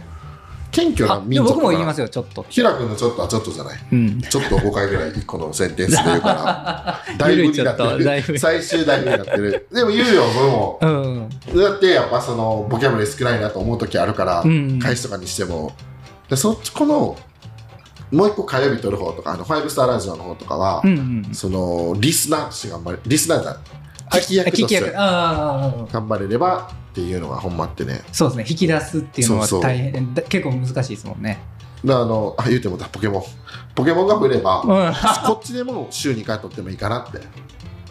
Speaker 1: 謙虚な
Speaker 2: あで
Speaker 1: 民
Speaker 2: も
Speaker 1: 族。
Speaker 2: 僕も言いますすよちょっと、
Speaker 1: 平君のちょっとはちょっとじゃない。
Speaker 2: うん、
Speaker 1: ちょっと5回ぐら
Speaker 2: [laughs]
Speaker 1: いこのセンテンスで言うから、だいぶになって
Speaker 2: 緩いちょっとだいぶ
Speaker 1: る。最終だいぶになってる。でも言うよ、俺も。
Speaker 2: うん、
Speaker 1: だってやっぱそのボキャブラリー少ないなと思う時あるから、
Speaker 2: うん
Speaker 1: 返しとかにしてもでそっちこのもう一個火曜日撮る方とかあの5スターラジオの方とかは、
Speaker 2: うんうん
Speaker 1: そのリスナーとして頑張れリスナーだ聞き
Speaker 2: あ
Speaker 1: 役と
Speaker 2: 聞
Speaker 1: し
Speaker 2: き役
Speaker 1: て
Speaker 2: あー
Speaker 1: 頑張れればっていうのがほんまあってね
Speaker 2: そうですね引き出すっていうのは
Speaker 1: そうそう
Speaker 2: 大変だ結構難しいですもんね、
Speaker 1: だあのあ言うてもだポケモンポケモンが増えれば、
Speaker 2: うん、あ
Speaker 1: こっちでも週2回撮ってもいいかなって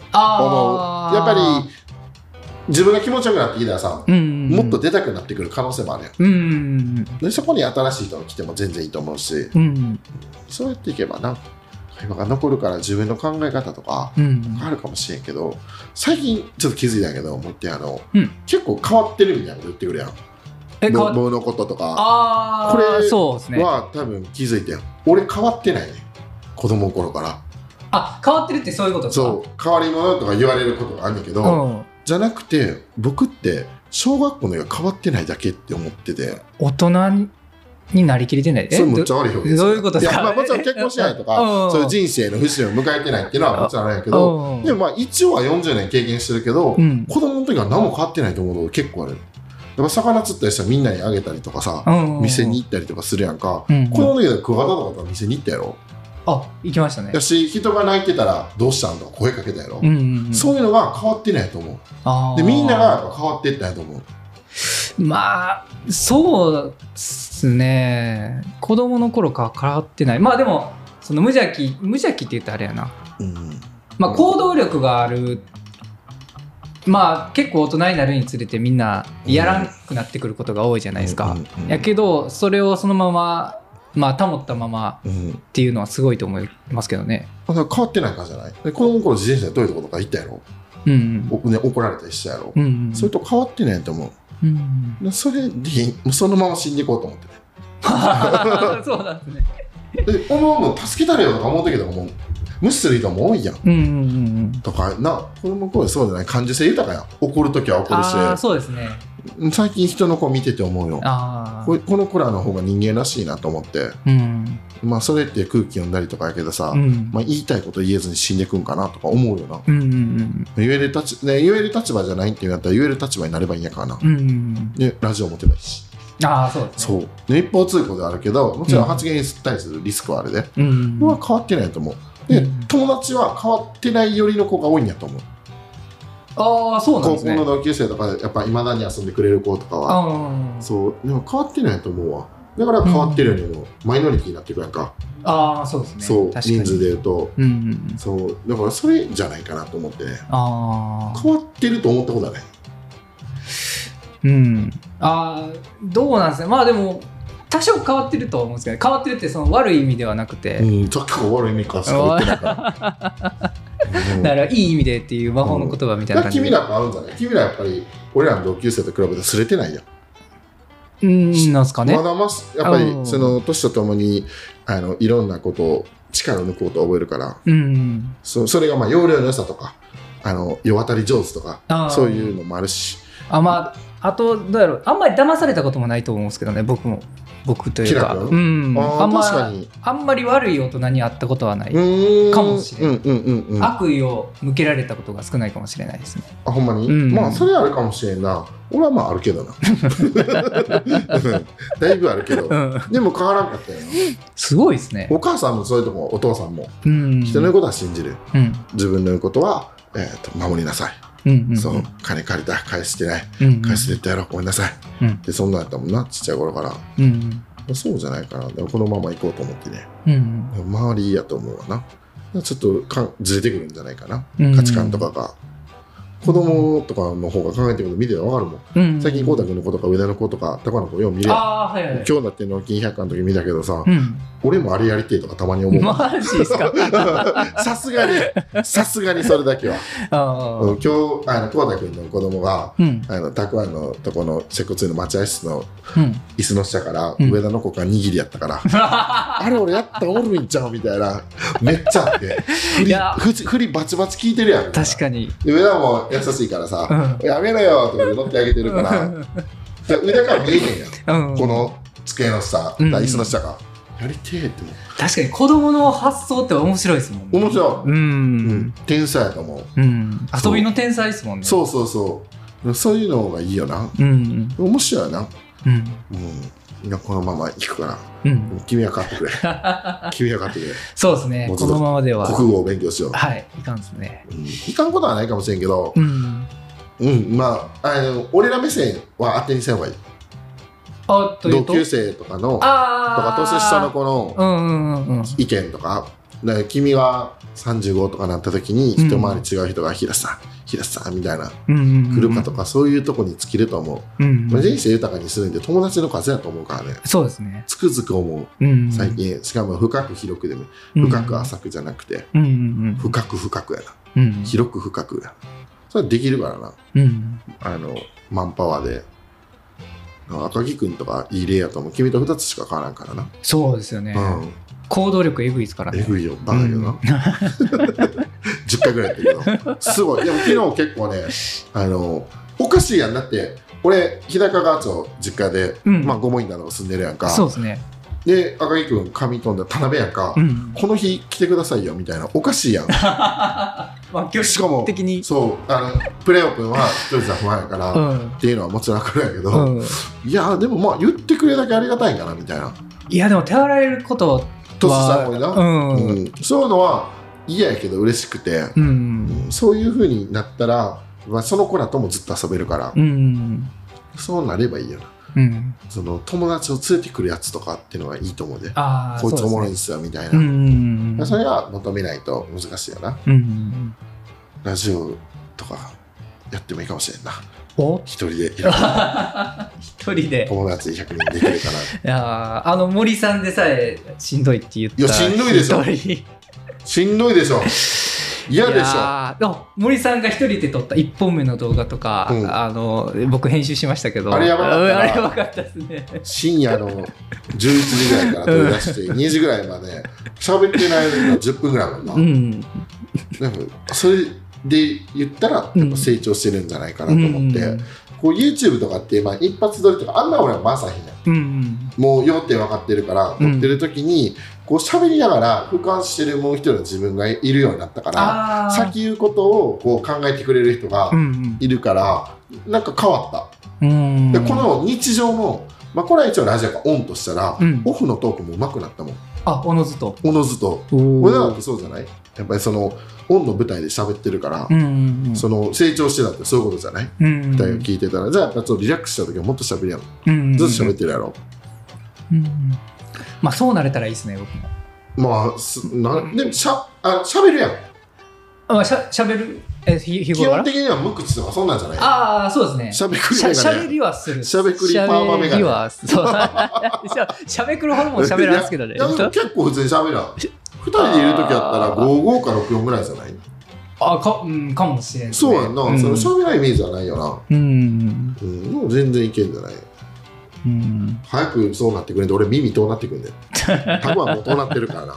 Speaker 1: 思
Speaker 2: あ
Speaker 1: うやっぱり自分が気持ちよくなってきたらさ、
Speaker 2: り、うん、
Speaker 1: もっと出たくなってくる可能性もあるよ
Speaker 2: うん
Speaker 1: でそこに新しい人が来ても全然いいと思うし
Speaker 2: うん
Speaker 1: そうやっていけばな会話が残るから自分の考え方とか
Speaker 2: うん
Speaker 1: あるかもしれんけど最近ちょっと気づいたんやけど思ってあの、
Speaker 2: うん
Speaker 1: 結構変わってるみたいなこと言ってくるやん
Speaker 2: え変わ
Speaker 1: ぼ
Speaker 2: っ
Speaker 1: 棒のこととか
Speaker 2: ああ
Speaker 1: これ
Speaker 2: そうですね
Speaker 1: は多分気づいてん俺変わってないね子供の頃から
Speaker 2: あ変わってるってそういうことですか
Speaker 1: そう変わり者とか言われることがあるんだけど、
Speaker 2: うん、
Speaker 1: じゃなくて僕って小学校の絵が変わってないだけって思ってて
Speaker 2: 大人にになりきれてないえ
Speaker 1: それむっち
Speaker 2: ど
Speaker 1: ゃ悪い表現する
Speaker 2: どういうことですか
Speaker 1: やまあもちろん結婚しないとか
Speaker 2: うん
Speaker 1: そういう人生の節目を迎えてないっていうのはもちろんあれやけど
Speaker 2: うん
Speaker 1: でもまあ一応は40年経験してるけど、
Speaker 2: うん
Speaker 1: 子供の時は何も変わってないと思うの結構あるやっぱ魚釣ったりしたらみんなにあげたりとかさ、
Speaker 2: うん
Speaker 1: 店に行ったりとかするやんか、
Speaker 2: うん
Speaker 1: 子供の時はクワガタとかと店に行ったやろ
Speaker 2: あ行きましたね
Speaker 1: やし人が泣いてたらどうしたんとか声かけたやろ、
Speaker 2: うんうんうん
Speaker 1: そういうのが変わってないと思う
Speaker 2: あー
Speaker 1: でみんながやっぱ変わっていったんやと思う
Speaker 2: まあそうですね子供の頃から変わってないまあでもその無邪気無邪気って言ったらあれやな、
Speaker 1: うん
Speaker 2: まあ、
Speaker 1: うん
Speaker 2: 行動力があるまあ結構大人になるにつれてみんなやらんくなってくることが多いじゃないですか、
Speaker 1: うんうんうん
Speaker 2: やけどそれをそのまままあ保ったまま
Speaker 1: うん
Speaker 2: っていうのはすごいと思いますけどね
Speaker 1: だから変わってないからじゃないで子供の頃自転車でどういうとことか行ったやろ
Speaker 2: うん
Speaker 1: おね、怒られたりしたやろ、
Speaker 2: うんうんうん
Speaker 1: それと変わってないと思
Speaker 2: う
Speaker 1: [laughs]
Speaker 2: ん
Speaker 1: うでそれでもうそのまま死んでいこうと思ってて
Speaker 2: そうなんですね
Speaker 1: で思うの助けたれよとか思う時とかも無視する人も多いやん
Speaker 2: うんうんうん
Speaker 1: とかな子供の頃そうじゃない感受性豊かやん怒る時は怒
Speaker 2: ああ
Speaker 1: る
Speaker 2: そうですね
Speaker 1: し最近人の子見てて思うよ
Speaker 2: ああ
Speaker 1: ここの子らの方が人間らしいなと思って
Speaker 2: うん
Speaker 1: まあそれって空気読んだりとかやけどさ、
Speaker 2: うん
Speaker 1: まあ、言いたいこと言えずに死んでくんかなとか思うよな
Speaker 2: うんうん
Speaker 1: 言える立,、ね、言える立場じゃないって言うんやったら言える立場になればいいんやからな
Speaker 2: うんうんうん
Speaker 1: でラジオ持てばいいし
Speaker 2: ああそうですね
Speaker 1: そうで一方通行ではあるけどもちろん発言に対するリスクはあるで、
Speaker 2: う、ん、
Speaker 1: は変わってないと思うで、
Speaker 2: うん
Speaker 1: 友達は変わってない寄りの子が多いんやと思う
Speaker 2: ああそうなん
Speaker 1: 高
Speaker 2: です
Speaker 1: 校
Speaker 2: ね
Speaker 1: の同級生とかやっぱいまだに遊んでくれる子とかは
Speaker 2: あー
Speaker 1: そうでも変わってないと思うわだから変わってるよりもマイノリティになってくるやんか、
Speaker 2: あーそうですね
Speaker 1: そう
Speaker 2: 確かに
Speaker 1: 人数でいうと
Speaker 2: うんうんうん
Speaker 1: そうだからそれじゃないかなと思ってね
Speaker 2: ああ
Speaker 1: 変わってると思ったことはない
Speaker 2: うんああどうなんですねまあでも多少変わってるとは思うんですけど変わってるってその悪い意味ではなくて、
Speaker 1: うんちょっと悪い意味かしか言ってない
Speaker 2: [laughs]
Speaker 1: から、うん
Speaker 2: だからいい意味でっていう魔法の言葉みた
Speaker 1: だか
Speaker 2: いな
Speaker 1: ら
Speaker 2: 感じ
Speaker 1: 君
Speaker 2: で、
Speaker 1: らも合うんじゃない君らやっぱり俺らの同級生と比べてすれてないやん
Speaker 2: うんなんすかね
Speaker 1: まだますやっぱり
Speaker 2: うん
Speaker 1: その年とともにあのいろんなことを力を抜こうと覚えるから
Speaker 2: うん
Speaker 1: そそれがまあ容量の良さとかあの世渡り上手とか
Speaker 2: あー
Speaker 1: そういうのもあるし
Speaker 2: あまああとどうやろうあんまり騙されたこともないと思うんですけどね僕も僕というか
Speaker 1: キラ君
Speaker 2: うん
Speaker 1: あー
Speaker 2: んま
Speaker 1: 確かに
Speaker 2: あんまり悪い大人に会ったことはない、
Speaker 1: うーん
Speaker 2: かもしれ
Speaker 1: うんうんうんうんあ
Speaker 2: 悪意を向けられたことが少ないかもしれないですね
Speaker 1: ほんまに、
Speaker 2: うん
Speaker 1: まあそれあるかもしれんな俺はまああるけど
Speaker 2: [laughs]
Speaker 1: なうんだいぶあるけど
Speaker 2: うん
Speaker 1: でも変わらんかったよな
Speaker 2: すごいですね
Speaker 1: お母さんもそういうとこお父さんも
Speaker 2: うん
Speaker 1: 人の言うことは信じる
Speaker 2: うん
Speaker 1: 自分の言うことは、えーと守りなさい、
Speaker 2: うんうん
Speaker 1: そう金借りた返してない
Speaker 2: うん
Speaker 1: 返してってやろうごめんなさい
Speaker 2: うん
Speaker 1: でそんなんやったもんなちっちゃい頃から
Speaker 2: うん
Speaker 1: そうじゃないかなでもこのまま行こうと思ってね
Speaker 2: うんうん
Speaker 1: 周りやと思うわなちょっとかんずれてくるんじゃないかな
Speaker 2: うん
Speaker 1: 価値観とかが、子供とかの方が考えてること見てわかるもん、
Speaker 2: うん
Speaker 1: 最近こうたくんの子とか上田の子とか高野の子よう見るやん
Speaker 2: ああーはいはい
Speaker 1: 今日だっての金百科の時見たけどさ、
Speaker 2: う
Speaker 1: 俺もあれやりてえとかたまに思
Speaker 2: ん
Speaker 1: う
Speaker 2: マジで
Speaker 1: [laughs]
Speaker 2: すか
Speaker 1: さすがにさすがにそれだけは
Speaker 2: あ
Speaker 1: うん
Speaker 2: ー
Speaker 1: 今日あのこうたくんの子供が
Speaker 2: うん
Speaker 1: あのたくあんのとこの接骨院の待合室の
Speaker 2: うん
Speaker 1: 椅子の下から
Speaker 2: うん
Speaker 1: 上田の子が握りやった
Speaker 2: [laughs]
Speaker 1: から、あれ俺やったらおるんちゃうみたいなめっちゃあって振
Speaker 2: い
Speaker 1: り
Speaker 2: や
Speaker 1: ふち振りバチバチ効いてるやん
Speaker 2: 確かに
Speaker 1: で上田も優しいから [laughs] さ「やめろよ」とか乗ってあげてるからで上田から見えへんやん
Speaker 2: [laughs] うん
Speaker 1: この机の下、
Speaker 2: うん
Speaker 1: 椅子の下かやりてえって思
Speaker 2: 確かに子供の発想って面白いですもん
Speaker 1: う面白
Speaker 2: う
Speaker 1: い、うん
Speaker 2: ん、
Speaker 1: 天才やと思う、
Speaker 2: うん、
Speaker 1: そう
Speaker 2: 遊びの天才ですもんね
Speaker 1: そうそうそうそういうのがいいよな
Speaker 2: ううん
Speaker 1: 面白いな
Speaker 2: うん
Speaker 1: うんいやこのまま行くから
Speaker 2: うん
Speaker 1: 君は買ってく
Speaker 2: [laughs]
Speaker 1: れ君は買ってくれ
Speaker 2: そうですね
Speaker 1: もうちょ
Speaker 2: こ
Speaker 1: っと
Speaker 2: のままでは
Speaker 1: 国語を勉強しよう、
Speaker 2: はいいかんですね
Speaker 1: うん、いかんことはないかもしれんけど
Speaker 2: うん
Speaker 1: うんまああの俺ら目線は当てにせんほうがいい
Speaker 2: あという
Speaker 1: 同
Speaker 2: と
Speaker 1: 級生とかのとか
Speaker 2: ああ
Speaker 1: 年下の子の
Speaker 2: うんうんうんうん
Speaker 1: 意見とかだから君が35とかなった時に
Speaker 2: うん
Speaker 1: 一回り違う人が「平さん平さん」みたいな
Speaker 2: うんうんうん
Speaker 1: 来るかとかそういうとこに尽きると思う、
Speaker 2: うん
Speaker 1: まあ人生豊かにするんで友達の数やと思うからね
Speaker 2: そうですね
Speaker 1: つくづく思
Speaker 2: うん
Speaker 1: う最近しかも深く広くでも深く浅くじゃなくて
Speaker 2: うんうん
Speaker 1: 深く深くやな
Speaker 2: うんうん
Speaker 1: 広く深くやそれはできるからな
Speaker 2: うん
Speaker 1: あのマンパワーで赤木君とかいい例やと思う君と2つしか変わらんからな、
Speaker 2: そうですよね
Speaker 1: うん
Speaker 2: 行動力えぐいですから
Speaker 1: え
Speaker 2: ね
Speaker 1: ぐいよ、バカだけどな。
Speaker 2: うん
Speaker 1: [laughs] 10回ぐらいやってるけど。すごい。でも昨日結構ね、あの、おかしいやん。だって、俺、日高川町、実家で、
Speaker 2: うん
Speaker 1: まあ、五門院なのが住んでるやんか。
Speaker 2: そうですね
Speaker 1: で、赤木君、髪飛んだ田辺やんか。
Speaker 2: うん
Speaker 1: この日来てくださいよ、みたいな。おかしい
Speaker 2: [laughs]
Speaker 1: やん。
Speaker 2: まあ距
Speaker 1: しかも
Speaker 2: 離的に
Speaker 1: そう、あの、プレオ君は、ジョージさん不安やから、
Speaker 2: う
Speaker 1: っ
Speaker 2: ん
Speaker 1: ていうのはもちろんわかるんやけど、
Speaker 2: うん
Speaker 1: いや、でもまあ、言ってくれるだけありがたいんかな、みたいな。
Speaker 2: いやでも手洗えること
Speaker 1: とすさ
Speaker 2: は
Speaker 1: んもな。
Speaker 2: うん
Speaker 1: う
Speaker 2: うん
Speaker 1: んそういうのは嫌やけど嬉しくて、
Speaker 2: うん
Speaker 1: そういう風になったら、まあ、その子らともずっと遊べるから、
Speaker 2: うん
Speaker 1: そうなればいいよな
Speaker 2: うん
Speaker 1: その友達を連れてくるやつとかっていうのがいいと思うで
Speaker 2: ああ
Speaker 1: こいつおもろい
Speaker 2: い
Speaker 1: んすよみたいな、
Speaker 2: うんうんうん
Speaker 1: それは求めないと難しいよな
Speaker 2: うんうん
Speaker 1: ラジオとかやってもいいかもしれんな
Speaker 2: お
Speaker 1: 一人でいろんな
Speaker 2: 一人で
Speaker 1: 友達100人できるかな
Speaker 2: いやーあの森さんでさえしんどいって言った
Speaker 1: いやしんどいでしょ
Speaker 2: 一人
Speaker 1: しんどいでしょ嫌でし
Speaker 2: い
Speaker 1: ょ
Speaker 2: やーでも森さんが一人で撮った1本目の動画とか、
Speaker 1: うん
Speaker 2: あの僕編集しましたけど
Speaker 1: あれやばかったな
Speaker 2: うんあれやばかったですね
Speaker 1: 深夜の11時ぐらいから飛び出して2時ぐらいまで喋ってないのが10分ぐらいまでな
Speaker 2: うん
Speaker 1: なんかそれで言ったらやっぱ成長してるんじゃないかなと思って、
Speaker 2: うん
Speaker 1: こう YouTube とかって、まあ、一発撮りとかあんな俺はまさひんやん
Speaker 2: うん
Speaker 1: もう要点分かってるから
Speaker 2: うん
Speaker 1: 撮ってる時にこう喋りながら俯瞰してるもう一人の自分がいるようになったから
Speaker 2: ああ
Speaker 1: 先言うことをこう考えてくれる人が
Speaker 2: うん
Speaker 1: いるから、なんか変わっ
Speaker 2: うん
Speaker 1: た、でこの日常の、まあ、これは一応ラジオがオンとしたら、
Speaker 2: うん
Speaker 1: オフのトークもうまくなったもん
Speaker 2: あおのずと
Speaker 1: おのずと
Speaker 2: おー
Speaker 1: 俺らだってそうじゃないやっぱりそのオンの舞台で喋ってるから
Speaker 2: う、んうんうん
Speaker 1: その成長してたってそういうことじゃない
Speaker 2: うんうん
Speaker 1: 歌を聞いてたら、じゃあやっぱちょっとリラックスした時はもっと喋るやん、
Speaker 2: うん
Speaker 1: ずっと喋ってるやろ
Speaker 2: うんうんまあそうなれたらいいですね僕も
Speaker 1: まあすなんでもしゃあ喋るやん
Speaker 2: あまあしゃしゃべるえ日
Speaker 1: 基
Speaker 2: 日頃
Speaker 1: 本
Speaker 2: から
Speaker 1: 的には無口とかそんなんじゃない
Speaker 2: ああそうですね
Speaker 1: しゃべくり
Speaker 2: しゃしゃ
Speaker 1: が
Speaker 2: べ
Speaker 1: ね
Speaker 2: りはする。
Speaker 1: しゃべくりパーマメガネ
Speaker 2: しゃべりはそう [laughs] しゃしゃべくるほども喋らんすけどね
Speaker 1: い。やいや結構普通に喋るやん2人でいる時やったら
Speaker 2: あー
Speaker 1: 55か64ぐらいじゃない
Speaker 2: あか、うん、かもしれん、ね。
Speaker 1: そうやんな、
Speaker 2: うん、
Speaker 1: その喋らないイメージじゃないよな、
Speaker 2: うん、
Speaker 1: うん、もう全然いけんじゃない
Speaker 2: うん。
Speaker 1: 早くそうなってくれんで俺耳どうなってく
Speaker 2: [laughs]
Speaker 1: んで多分はもうどうなってるからな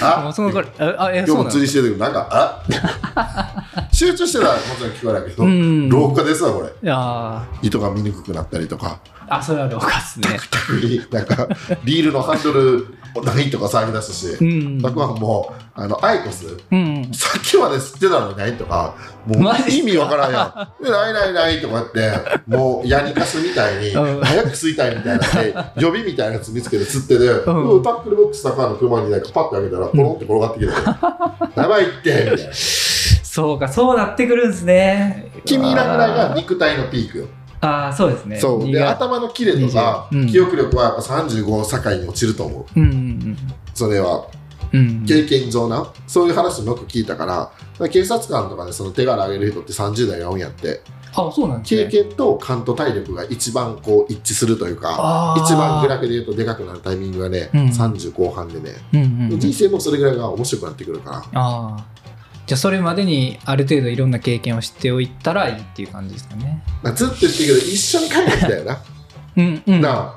Speaker 2: あ、その頃、あ、あえ、
Speaker 1: 今
Speaker 2: そ
Speaker 1: 日
Speaker 2: う
Speaker 1: も
Speaker 2: な
Speaker 1: 釣
Speaker 2: の
Speaker 1: りしてる時なんかあ
Speaker 2: [laughs]
Speaker 1: 集中してたらもちろん聞こえないけど、
Speaker 2: うん
Speaker 1: 廊下でさこれ
Speaker 2: いやー
Speaker 1: 糸が見にくくなったりと
Speaker 2: [laughs]
Speaker 1: か
Speaker 2: あ、それはろ過っすね。
Speaker 1: 特になんかリールのハンドルないとか騒ぎ出す
Speaker 2: う
Speaker 1: し、
Speaker 2: ん。
Speaker 1: たくあんもうあのアイコス
Speaker 2: うん。
Speaker 1: さっきまで吸ってたのにないとかも
Speaker 2: マジっ
Speaker 1: う
Speaker 2: すか
Speaker 1: 意味わからんやん「
Speaker 2: [laughs]
Speaker 1: でないないない」とかってもうやりかすみたいに
Speaker 2: うん
Speaker 1: 早く吸いたいみたいなで
Speaker 2: [laughs]
Speaker 1: 予備みたいなやつ見つけて吸ってて、
Speaker 2: ん
Speaker 1: うんタックルボックス中の車になんかパッて開けたらポロンって転がってきて
Speaker 2: [laughs]
Speaker 1: 「やばいって」みたいな。
Speaker 2: そうか、そうなってくるんすね。
Speaker 1: 君らぐらいが肉体のピークよ
Speaker 2: あー、そうですね。
Speaker 1: そう
Speaker 2: 苦
Speaker 1: で頭のキレとか、
Speaker 2: 20うん
Speaker 1: 記憶力はやっぱ35境に落ちると思う
Speaker 2: うん、うん
Speaker 1: それは
Speaker 2: うん。うん。
Speaker 1: 経験上な、そういう話もよく聞いたからだから警察官とかでその手柄上げる人って30代が多いんやって
Speaker 2: あ、そうなんです
Speaker 1: 経
Speaker 2: ね。
Speaker 1: 験と感と体力が一番こう一致するというか
Speaker 2: あー
Speaker 1: 一番グラフで言うとでかくなるタイミングがね、
Speaker 2: うん
Speaker 1: 30後半でね
Speaker 2: うん、うん。
Speaker 1: 人生もそれぐらいが面白くなってくるから
Speaker 2: ああじゃあそれまでにある程度いろんな経験を知っておいたらいいっていう感じですかね
Speaker 1: まあずっと言ってるけど一緒に海外来たよな
Speaker 2: うん [laughs] うん
Speaker 1: なあ、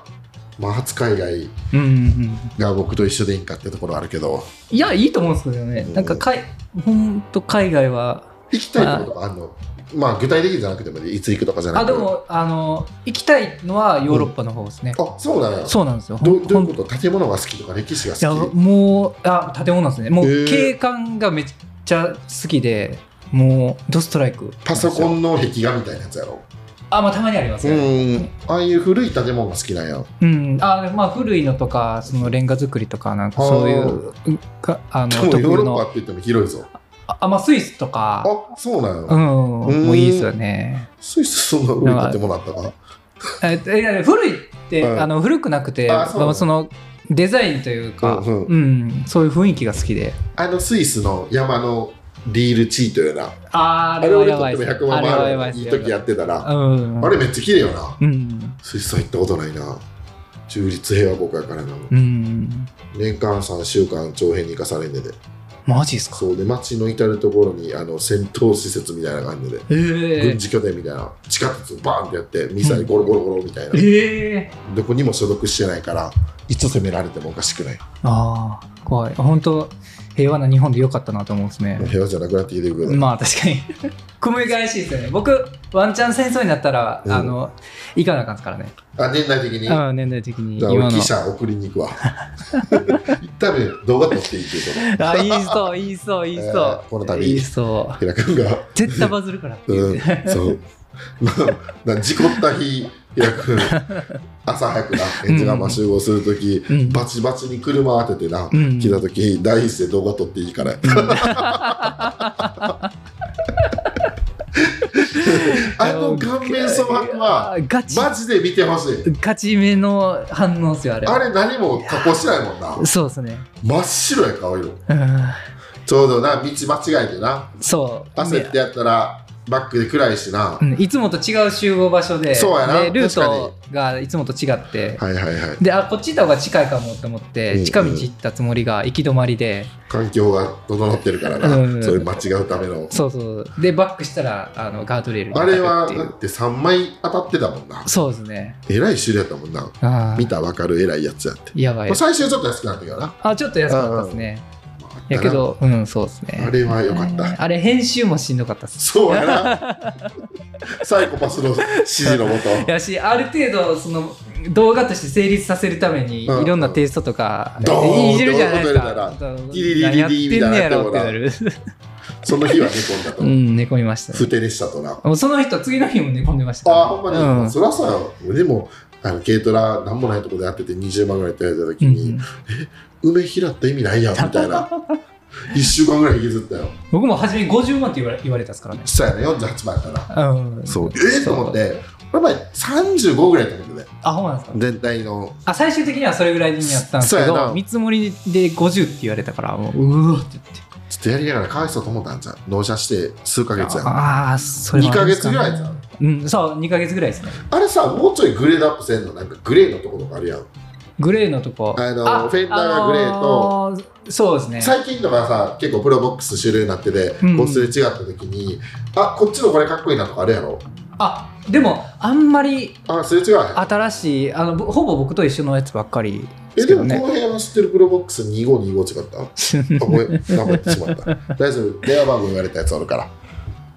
Speaker 1: まあ、初海外
Speaker 2: うんうんうん
Speaker 1: が僕と一緒でいいんかってところあるけど
Speaker 2: いやいいと思うんですけどね、
Speaker 1: うん
Speaker 2: なんかかいほんと海外は
Speaker 1: 行きたいとことかあんのまあ具体的じゃなくてもいいいつ行くとかじゃな
Speaker 2: あ
Speaker 1: くて
Speaker 2: でもあの行きたいのはヨーロッパの方ですね、
Speaker 1: あそうなんや
Speaker 2: そうなんですよ
Speaker 1: どど
Speaker 2: ほ
Speaker 1: うんいうこと建物が好きとか歴史が
Speaker 2: いや
Speaker 1: 好き
Speaker 2: もうあ建物ですねもう
Speaker 1: へー
Speaker 2: 景観がめっちゃ好きでもうドストライク
Speaker 1: パソコ
Speaker 2: ン
Speaker 1: ンの壁画みたいなやつやろ
Speaker 2: あまあたまにあります
Speaker 1: う
Speaker 2: ね
Speaker 1: んああいう古い建物が好きなんや
Speaker 2: うん、あでまあ古いのとかそのレンガ作りとかなんかそういううかあの
Speaker 1: でも
Speaker 2: 特
Speaker 1: ヨー
Speaker 2: 有
Speaker 1: ロッパ
Speaker 2: の
Speaker 1: って言っても広いぞ
Speaker 2: ああまあスイスとか
Speaker 1: あそうなん
Speaker 2: う
Speaker 1: や
Speaker 2: ん
Speaker 1: ん
Speaker 2: もういいですよね
Speaker 1: スイスそんな古い建物あったか
Speaker 2: ええいや古いって、
Speaker 1: うん
Speaker 2: あの古くなくて
Speaker 1: あそう
Speaker 2: まあそのデザインというか、
Speaker 1: うん
Speaker 2: うんそういう雰囲気が好きで
Speaker 1: あのスイスの山のリールチートやな
Speaker 2: あーあ
Speaker 1: あ
Speaker 2: れ
Speaker 1: れ
Speaker 2: は
Speaker 1: 俺とっ
Speaker 2: やばい
Speaker 1: て
Speaker 2: で
Speaker 1: も
Speaker 2: す
Speaker 1: 100万
Speaker 2: あれは
Speaker 1: 万
Speaker 2: やばい
Speaker 1: 円
Speaker 2: です
Speaker 1: いい時やってたら
Speaker 2: うん
Speaker 1: あれめっちゃ綺麗よな
Speaker 2: うん
Speaker 1: スイスは行ったことないな中立平和国やからな
Speaker 2: うん
Speaker 1: 年間3週間長編に行かされんねんで
Speaker 2: マジですか
Speaker 1: そうで町の至る所にあの戦闘施設みたいな感じで
Speaker 2: え
Speaker 1: 軍
Speaker 2: ー、
Speaker 1: 事拠点みたいな地下鉄をバーンってやってミサイルゴロゴロゴロみたいな
Speaker 2: えー、
Speaker 1: どこにも所属してないからいつ攻められてもおかしくない
Speaker 2: ああ怖い本当平和な日本でよかったなと思うんですね
Speaker 1: もう平和じゃなくなってきてるけど
Speaker 2: まあ確かに組み返しですよね僕ワンチャン戦争になったら、
Speaker 1: うん
Speaker 2: あの行かなあかんですからね、
Speaker 1: あ年代的に
Speaker 2: ああ年代的に
Speaker 1: じゃあ
Speaker 2: 今
Speaker 1: 俺記
Speaker 2: の
Speaker 1: 者送りに行くわ多分動画撮っていいっていうこと
Speaker 2: あいいそういいそういいそう、
Speaker 1: えーこの度
Speaker 2: いいそう
Speaker 1: 平君が
Speaker 2: 絶対バズるからって
Speaker 1: う
Speaker 2: い
Speaker 1: ん
Speaker 2: う、
Speaker 1: そう。まあ、な事故った日、平君、朝早くな、エンジンが集合するとき、
Speaker 2: うん
Speaker 1: バチバチに車当ててな、
Speaker 2: うん
Speaker 1: 来たとき、第一声動画撮っていいから。 [laughs] あの顔面蒼白は、
Speaker 2: あガチ
Speaker 1: マジで見てほしい。
Speaker 2: ガチめの反応ですよあれは
Speaker 1: あれ何も加工しないもんな。
Speaker 2: そうですね
Speaker 1: 真っ白や顔色。
Speaker 2: うん
Speaker 1: ちょうどな、道間違えてな、
Speaker 2: そう
Speaker 1: 焦ってやったら、バックで暗いしな。
Speaker 2: うんいつもと違う集合場所で
Speaker 1: そうやな
Speaker 2: でルート
Speaker 1: 確
Speaker 2: がいつもと違って、
Speaker 1: はいはいはい。
Speaker 2: であこっち行った方が近いかもと思っ
Speaker 1: うんう
Speaker 2: て
Speaker 1: ん
Speaker 2: 近道行ったつもりが行き止まりで、
Speaker 1: 環境が整ってるからな、
Speaker 2: うん
Speaker 1: それ間違うための
Speaker 2: そうそうでバックしたらあのガードレール
Speaker 1: あ
Speaker 2: に当たる
Speaker 1: れは
Speaker 2: ってい
Speaker 1: だ
Speaker 2: う
Speaker 1: って3枚当たってたもんな
Speaker 2: そうですね
Speaker 1: えらい種類やったもんな
Speaker 2: あー
Speaker 1: 見たら分かるえらいやつやって、
Speaker 2: やばい
Speaker 1: まあ、最終ちょっと安くなったけどな、ま
Speaker 2: あちょっと安かったですね
Speaker 1: ああったな
Speaker 2: やけどうんそうですね
Speaker 1: あれは良かっ
Speaker 2: えー
Speaker 1: た
Speaker 2: あれ編集もしんどかったっす
Speaker 1: そうやな [laughs] サイコパスの指示のもと
Speaker 2: やしある程度その動画として成立させるためにい
Speaker 1: うん
Speaker 2: ろんなテイストとか
Speaker 1: ドーン
Speaker 2: いじるじゃないですか
Speaker 1: って
Speaker 2: そう
Speaker 1: 入れたら
Speaker 2: 何やってんねやろってな
Speaker 1: ギ
Speaker 2: る
Speaker 1: その日は寝込んだと、
Speaker 2: うん寝込みましたね
Speaker 1: 不手でしたとな
Speaker 2: もうその人次の日も寝込んでましたから
Speaker 1: ああほんまに、
Speaker 2: うん
Speaker 1: そりゃそうやろでもあの軽トラなんもないとこでやってて20万ぐらいってやられた時
Speaker 2: うんう
Speaker 1: に、
Speaker 2: ん
Speaker 1: 梅平って意味
Speaker 2: [laughs]
Speaker 1: ないやんみたいな一週間ぐらい引きずったよ
Speaker 2: 僕も初めに50万って言われ言われたっすからね
Speaker 1: そうやな48番やから
Speaker 2: うん
Speaker 1: そうえっ、と思って俺前35ぐらいと思ってね
Speaker 2: あほうなんですか
Speaker 1: 全体の
Speaker 2: あ最終的にはそれぐらいにやったんですけ
Speaker 1: そうやな
Speaker 2: ど見積もりで50って言われたからもううわって
Speaker 1: ちょっとやりながらかわいそうと思ったんじゃん納車して数ヶ
Speaker 2: 言って
Speaker 1: 月やん
Speaker 2: ああーそれもありますか
Speaker 1: 二
Speaker 2: ね
Speaker 1: ヶ月ぐらい
Speaker 2: うんそう2ヶ月ぐらいですね
Speaker 1: あれさもうちょいグレードアップせんのなんかグレーのところとかあるやん
Speaker 2: グレーのとこ
Speaker 1: あのフェンダーがグレーと、
Speaker 2: あのーそうですね
Speaker 1: 最近とかさ結構プロボックス主流になってて
Speaker 2: うん
Speaker 1: こうすれ違った時にあこっちのこれかっこいいなとかあるやろ
Speaker 2: あでもあんまり
Speaker 1: あすれ違うやん
Speaker 2: 新しいあのぼほぼ僕と一緒のやつばっかり
Speaker 1: え
Speaker 2: ですけ
Speaker 1: で
Speaker 2: ど
Speaker 1: もこの
Speaker 2: ね
Speaker 1: 辺は知ってるプロボックス2525違ったあごめん名前言ってしまった大丈夫電話番号言われたやつあるから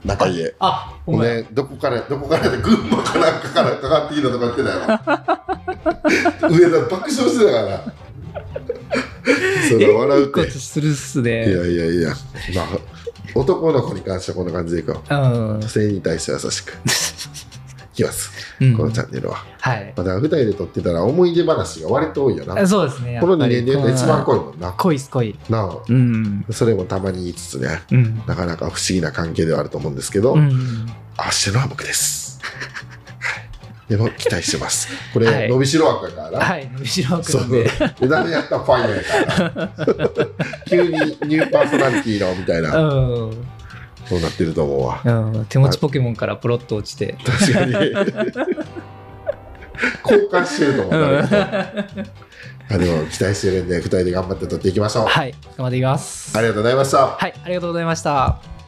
Speaker 1: 中家
Speaker 2: あご
Speaker 1: ご
Speaker 2: めん
Speaker 1: めん、どこから、どこからで、群馬かなんかからかかってきたとか言ってたよ。 [laughs] 上田爆笑してたから。それ笑う
Speaker 2: こ
Speaker 1: て。
Speaker 2: とするっす
Speaker 1: い
Speaker 2: ね
Speaker 1: やいやいや、まあ、男の子に関してはこんな感じでいこう。
Speaker 2: うん
Speaker 1: 女性に対しては優しく。いきます、
Speaker 2: うん
Speaker 1: このチャンネルは。
Speaker 2: はい
Speaker 1: まあだから二人で撮ってたら思い出話が割と多いよな。
Speaker 2: あそうですねやっ
Speaker 1: こ
Speaker 2: ぱ
Speaker 1: の2
Speaker 2: り
Speaker 1: 年で言うと一番
Speaker 2: こ
Speaker 1: 濃いもんな
Speaker 2: う。濃いっす濃い
Speaker 1: な
Speaker 2: うん
Speaker 1: あ、それもたまに言いつつね、
Speaker 2: うん
Speaker 1: なかなか不思議な関係ではあると思うんですけど。
Speaker 2: うん
Speaker 1: 明日のは僕です。でも期待してます。これ、
Speaker 2: はい
Speaker 1: 伸びしろ枠やからな。
Speaker 2: はい後ろ奥
Speaker 1: そ
Speaker 2: な
Speaker 1: うん
Speaker 2: で
Speaker 1: 値段でやったらファイヤーやから急にニューパーソナリティのみたいな
Speaker 2: うん
Speaker 1: そうなってると思うわ
Speaker 2: うん手持ちポケモンからポロッと落ちて
Speaker 1: 確かに [laughs] 交換してると思う
Speaker 2: うん
Speaker 1: 誰かと、
Speaker 2: は
Speaker 1: あでも期待してるんで二人で頑張って撮っていきましょう、
Speaker 2: い頑張っていきます
Speaker 1: ありがとうございました
Speaker 2: はいありがとうございました